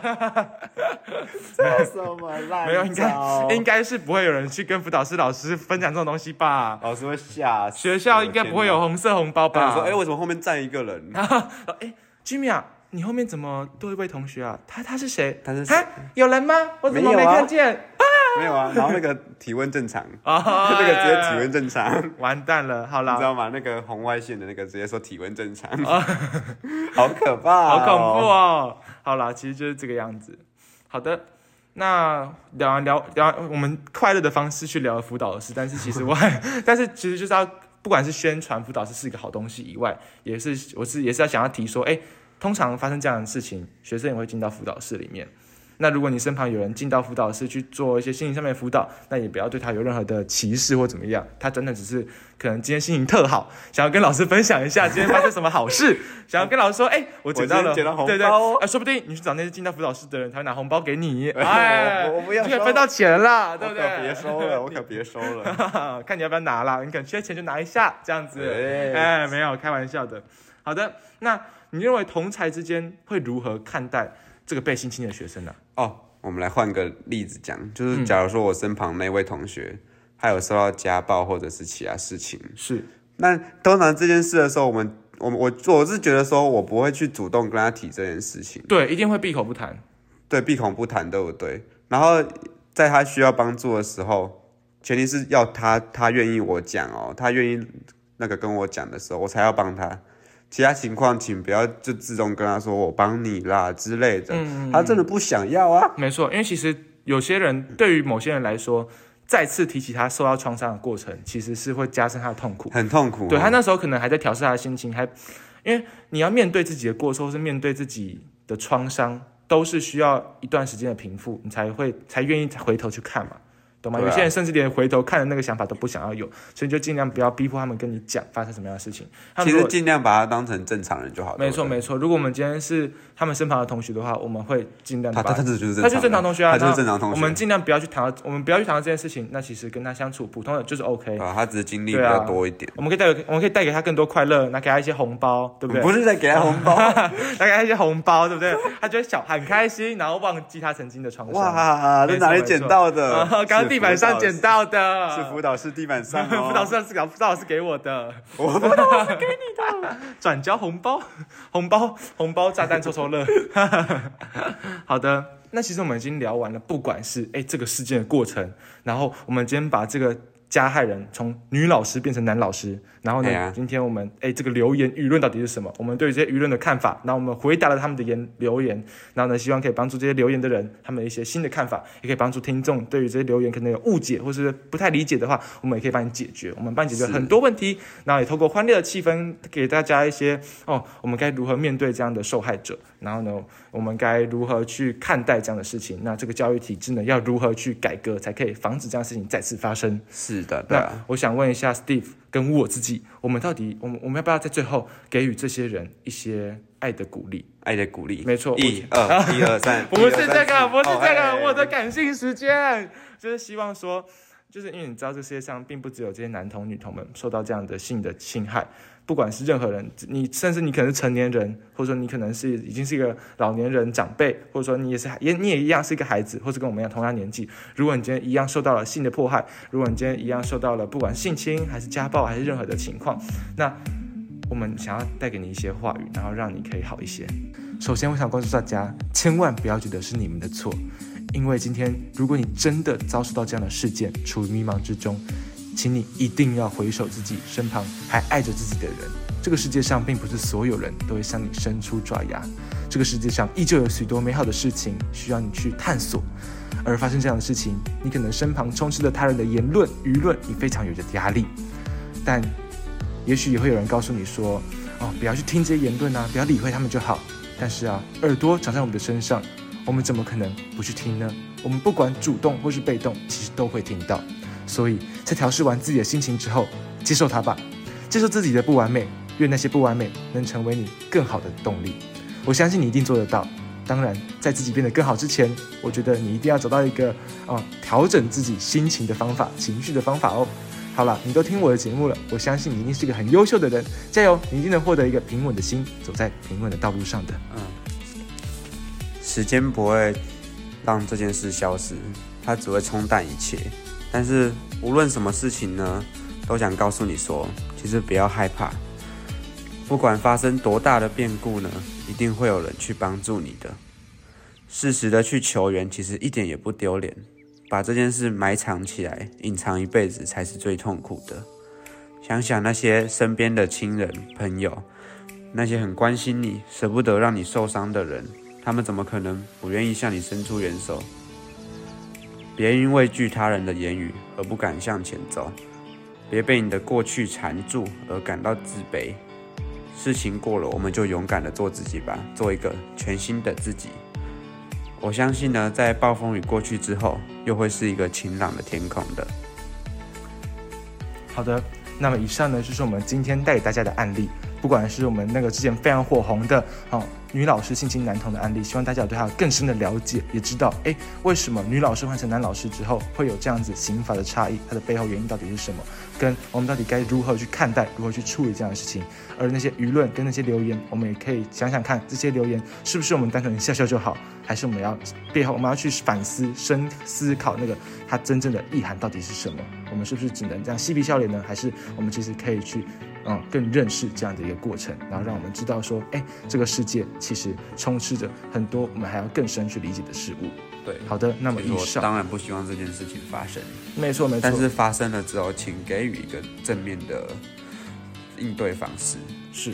[SPEAKER 2] 这什么烂
[SPEAKER 1] 没有，应该应该是不会有人去跟辅导室老师分享这种东西吧？
[SPEAKER 2] 老师会吓死。
[SPEAKER 1] 学校应该不会有啊
[SPEAKER 2] 我
[SPEAKER 1] 红色红包
[SPEAKER 2] 的天哪。
[SPEAKER 1] 吧？
[SPEAKER 2] 他说：“哎，为什么后面站一个
[SPEAKER 1] [laughs]
[SPEAKER 2] 人？
[SPEAKER 1] Jimmy 啊，你后面怎么多一位同学啊？他他是谁？
[SPEAKER 2] 他是
[SPEAKER 1] 他有人吗？我怎么
[SPEAKER 2] 没有
[SPEAKER 1] 没
[SPEAKER 2] 啊
[SPEAKER 1] 看见？啊，
[SPEAKER 2] 没有啊，然后那个体温正常，
[SPEAKER 1] [laughs] 啊
[SPEAKER 2] 那个直接体温正常，
[SPEAKER 1] 完蛋了，好
[SPEAKER 2] 你知
[SPEAKER 1] 啦，
[SPEAKER 2] 道吗？那个红外线的那个直接说体温正常， [laughs] 好可怕、
[SPEAKER 1] 啊 [laughs] 好恐怖！哦，好啦，其实就是这个样子。好的，那聊完聊聊完，我们快乐的方式去聊辅导的事，但是其实我还， [laughs] 但是其实就是要，不管是宣传辅导是是一个好东西以外，也是我是也是要想要提说，哎、通常发生这样的事情，学生也会进到辅导室里面。那如果你身旁有人进到辅导室去做一些心灵上面的辅导，那也不要对他有任何的歧视或怎么样。他真的只是可能今天心情特好，想要跟老师分享一下今天发生什么好事，想要跟老师说，哎、我捡到了，
[SPEAKER 2] 我今天捡到红
[SPEAKER 1] 对对，
[SPEAKER 2] 包哦
[SPEAKER 1] 啊，说不定你去找那些进到辅导室的人，他会拿红包给
[SPEAKER 2] [laughs]
[SPEAKER 1] 你，
[SPEAKER 2] 我
[SPEAKER 1] 哎，
[SPEAKER 2] 我不要
[SPEAKER 1] 就可以
[SPEAKER 2] 收
[SPEAKER 1] 分到钱啦，
[SPEAKER 2] 我
[SPEAKER 1] 对不
[SPEAKER 2] 可
[SPEAKER 1] 对？
[SPEAKER 2] 别
[SPEAKER 1] [laughs]
[SPEAKER 2] 收了，我可别收了。
[SPEAKER 1] 呃看你要不要拿啦，你可能缺钱就拿一下，这样子。
[SPEAKER 2] 对
[SPEAKER 1] 哎，没有开玩笑的。好的，那你认为同才之间会如何看待这个被性侵的学生呢、
[SPEAKER 2] 哦，我们来换个例子讲，就是假如说我身旁那位同学，他有受到家暴或者是其他事情，
[SPEAKER 1] 是，
[SPEAKER 2] 那通常这件事的时候，我们我们我我是觉得说我不会去主动跟他提这件事情，
[SPEAKER 1] 对，一定会闭口不谈。
[SPEAKER 2] 对，闭口不谈，对不对？然后在他需要帮助的时候，前提是要他他愿意我讲哦，他愿意那个跟我讲的时候，我才要帮他。其他情况，请不要就自动跟他说我帮你啦之类的，
[SPEAKER 1] 嗯
[SPEAKER 2] 他真的不想要啊。
[SPEAKER 1] 没错，因为其实有些人对于某些人来说，再次提起他受到创伤的过程，其实是会加深他的痛苦。
[SPEAKER 2] 很痛苦、哦。
[SPEAKER 1] 对他那时候可能还在调试他的心情，还因为你要面对自己的过错，或是面对自己的创伤，都是需要一段时间的平复，你才会才愿意回头去看嘛，懂吗？
[SPEAKER 2] 对啊
[SPEAKER 1] 有些人甚至连回头看的那个想法都不想要有，所以就尽量不要逼迫他们跟你讲发生什么样的事情。他
[SPEAKER 2] 其
[SPEAKER 1] 们如
[SPEAKER 2] 实
[SPEAKER 1] 果
[SPEAKER 2] 尽量把他当成正常人就好。
[SPEAKER 1] 没错
[SPEAKER 2] 对不对
[SPEAKER 1] 没错，如果我们今天是他们身旁的同学的话，我们会尽量
[SPEAKER 2] 他
[SPEAKER 1] 把
[SPEAKER 2] 他他这就是正常人，
[SPEAKER 1] 他就是正常同学啊，
[SPEAKER 2] 他就是
[SPEAKER 1] 那
[SPEAKER 2] 正常同学。
[SPEAKER 1] 我们尽量不要去谈到，我们不要去谈到这件事情。那其实跟他相处普通的就是 OK，、
[SPEAKER 2] 啊，他只是经历比
[SPEAKER 1] 对啊
[SPEAKER 2] 较多一点，
[SPEAKER 1] 我们可以带给我们可以带给他更多快乐，拿给他一些红包，对不对？
[SPEAKER 2] 不是在给他红包
[SPEAKER 1] 大概一些红包，对不对？他觉得小很开心，然后忘记他曾经的创伤。
[SPEAKER 2] [laughs] 哇，
[SPEAKER 1] 没
[SPEAKER 2] 这
[SPEAKER 1] 错
[SPEAKER 2] 哪里捡到的
[SPEAKER 1] 啊？刚刚地板上捡到的，
[SPEAKER 2] 是
[SPEAKER 1] [laughs]
[SPEAKER 2] 辅导室地板上哦，
[SPEAKER 1] 辅导室是老辅导是给我的，
[SPEAKER 2] 我
[SPEAKER 1] 辅导是给你的， [laughs] 转交红包，红包红包炸弹抽抽乐。 [laughs] 好的，那其实我们已经聊完了，不管是哎这个事件的过程，然后我们今天把这个。加害人从女老师变成男老师，然后呢，
[SPEAKER 2] 哎呀
[SPEAKER 1] 今天我们哎这个留言舆论到底是什么？我们对于这些舆论的看法，然后我们回答了他们的言留言，然后呢，希望可以帮助这些留言的人，他们的一些新的看法，也可以帮助听众对于这些留言可能有误解或是不太理解的话，我们也可以帮你解决，我们帮你解决
[SPEAKER 2] 是
[SPEAKER 1] 很多问题，然后也透过欢乐的气氛给大家一些哦，我们该如何面对这样的受害者，然后呢，我们该如何去看待这样的事情？那这个教育体制呢，要如何去改革，才可以防止这样的事情再次发生？
[SPEAKER 2] 是的，对
[SPEAKER 1] 那
[SPEAKER 2] 啊，
[SPEAKER 1] 我想问一下 Steve 跟我自己，我们到底我们我们要不要在最后给予这些人一些爱的鼓励？
[SPEAKER 2] 爱的鼓励，
[SPEAKER 1] 没错
[SPEAKER 2] 一二一二三，哦哎
[SPEAKER 1] [laughs] 不是这个，不是这个，我的
[SPEAKER 2] 的
[SPEAKER 1] 感性时间就是希望说，就是因为你知道这世界上并不只有这些男童女童们受到这样的性的侵害，不管是任何人，你甚至你可能是成年人，或者说你可能是已经是一个老年人长辈，或者说你也是也你也一样是一个孩子，或者跟我们一样同样年纪，如果你今天一样受到了性的迫害，如果你今天一样受到了不管性侵还是家暴还是任何的情况，那我们想要带给你一些话语，然后让你可以好一些。首先，我想告诉大家，千万不要觉得是你们的错，因为今天如果你真的遭受到这样的事件，处于迷茫之中，请你一定要回首自己身旁还爱着自己的人。这个世界上并不是所有人都会向你伸出爪牙，这个世界上依旧有许多美好的事情需要你去探索。而发生这样的事情，你可能身旁充斥着他人的言论、舆论，你非常有着压力。但也许也会有人告诉你说，哦，不要去听这些言论啊，不要理会他们就好。但是啊，耳朵长在我们的身上，我们怎么可能不去听呢？我们不管主动或是被动，其实都会听到。所以在调试完自己的心情之后，接受它吧，接受自己的不完美，愿那些不完美能成为你更好的动力。我相信你一定做得到。当然，在自己变得更好之前，我觉得你一定要找到一个啊、调整自己心情的方法、情绪的方法哦。好了，你都听我的节目了，我相信你一定是个很优秀的人，加油！你一定能获得一个平稳的心，走在平稳的道路上的。
[SPEAKER 2] 时间不会让这件事消失，它只会冲淡一切。但是无论什么事情呢，都想告诉你说，其实不要害怕，不管发生多大的变故呢，一定会有人去帮助你的。适时的去求援，其实一点也不丢脸，把这件事埋藏起来、隐藏一辈子才是最痛苦的。想想那些身边的亲人、朋友，那些很关心你、舍不得让你受伤的人，他们怎么可能不愿意向你伸出援手？别因为惧他人的言语而不敢向前走，别被你的过去缠住而感到自卑。事情过了，我们就勇敢的做自己吧，做一个全新的自己。我相信呢，在暴风雨过去之后，又会是一个晴朗的天空的。
[SPEAKER 1] 好的，那么以上呢就是我们今天带给大家的案例，不管是我们那个之前非常火红的哦女老师性侵男童的案例，希望大家有对她有更深的了解，也知道诶为什么女老师换成男老师之后会有这样子刑法的差异，它的背后原因到底是什么，跟我们到底该如何去看待、如何去处理这样的事情。而那些舆论跟那些留言，我们也可以想想看，这些留言是不是我们单纯笑笑就好，还是我们要背后我们要去反思、深思考那个它真正的意涵到底是什么？我们是不是只能这样嬉皮笑脸呢？还是我们其实可以去，嗯，更认识这样的一个过程，然后让我们知道说，哎，这个世界其实充斥着很多我们还要更深去理解的事物。
[SPEAKER 2] 对，
[SPEAKER 1] 好的，那么
[SPEAKER 2] 其实
[SPEAKER 1] 以
[SPEAKER 2] 我
[SPEAKER 1] 上，
[SPEAKER 2] 当然不希望这件事情发生，
[SPEAKER 1] 没错没错，
[SPEAKER 2] 但是呃发生了之后，请给予一个正面的应对方式，
[SPEAKER 1] 是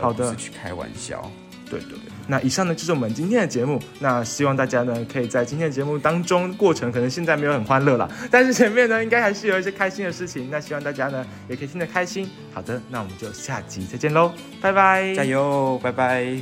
[SPEAKER 2] 而
[SPEAKER 1] 好
[SPEAKER 2] 不
[SPEAKER 1] 的
[SPEAKER 2] 是去开玩笑。
[SPEAKER 1] 对对对。那以上呢就是我们今天的节目。那希望大家呢可以在今天的节目当中，过程可能现在没有很欢乐啦，但是前面呢应该还是有一些开心的事情。那希望大家呢也可以听得开心。好的，那我们就下集再见喽，拜拜，
[SPEAKER 2] 加油，拜拜。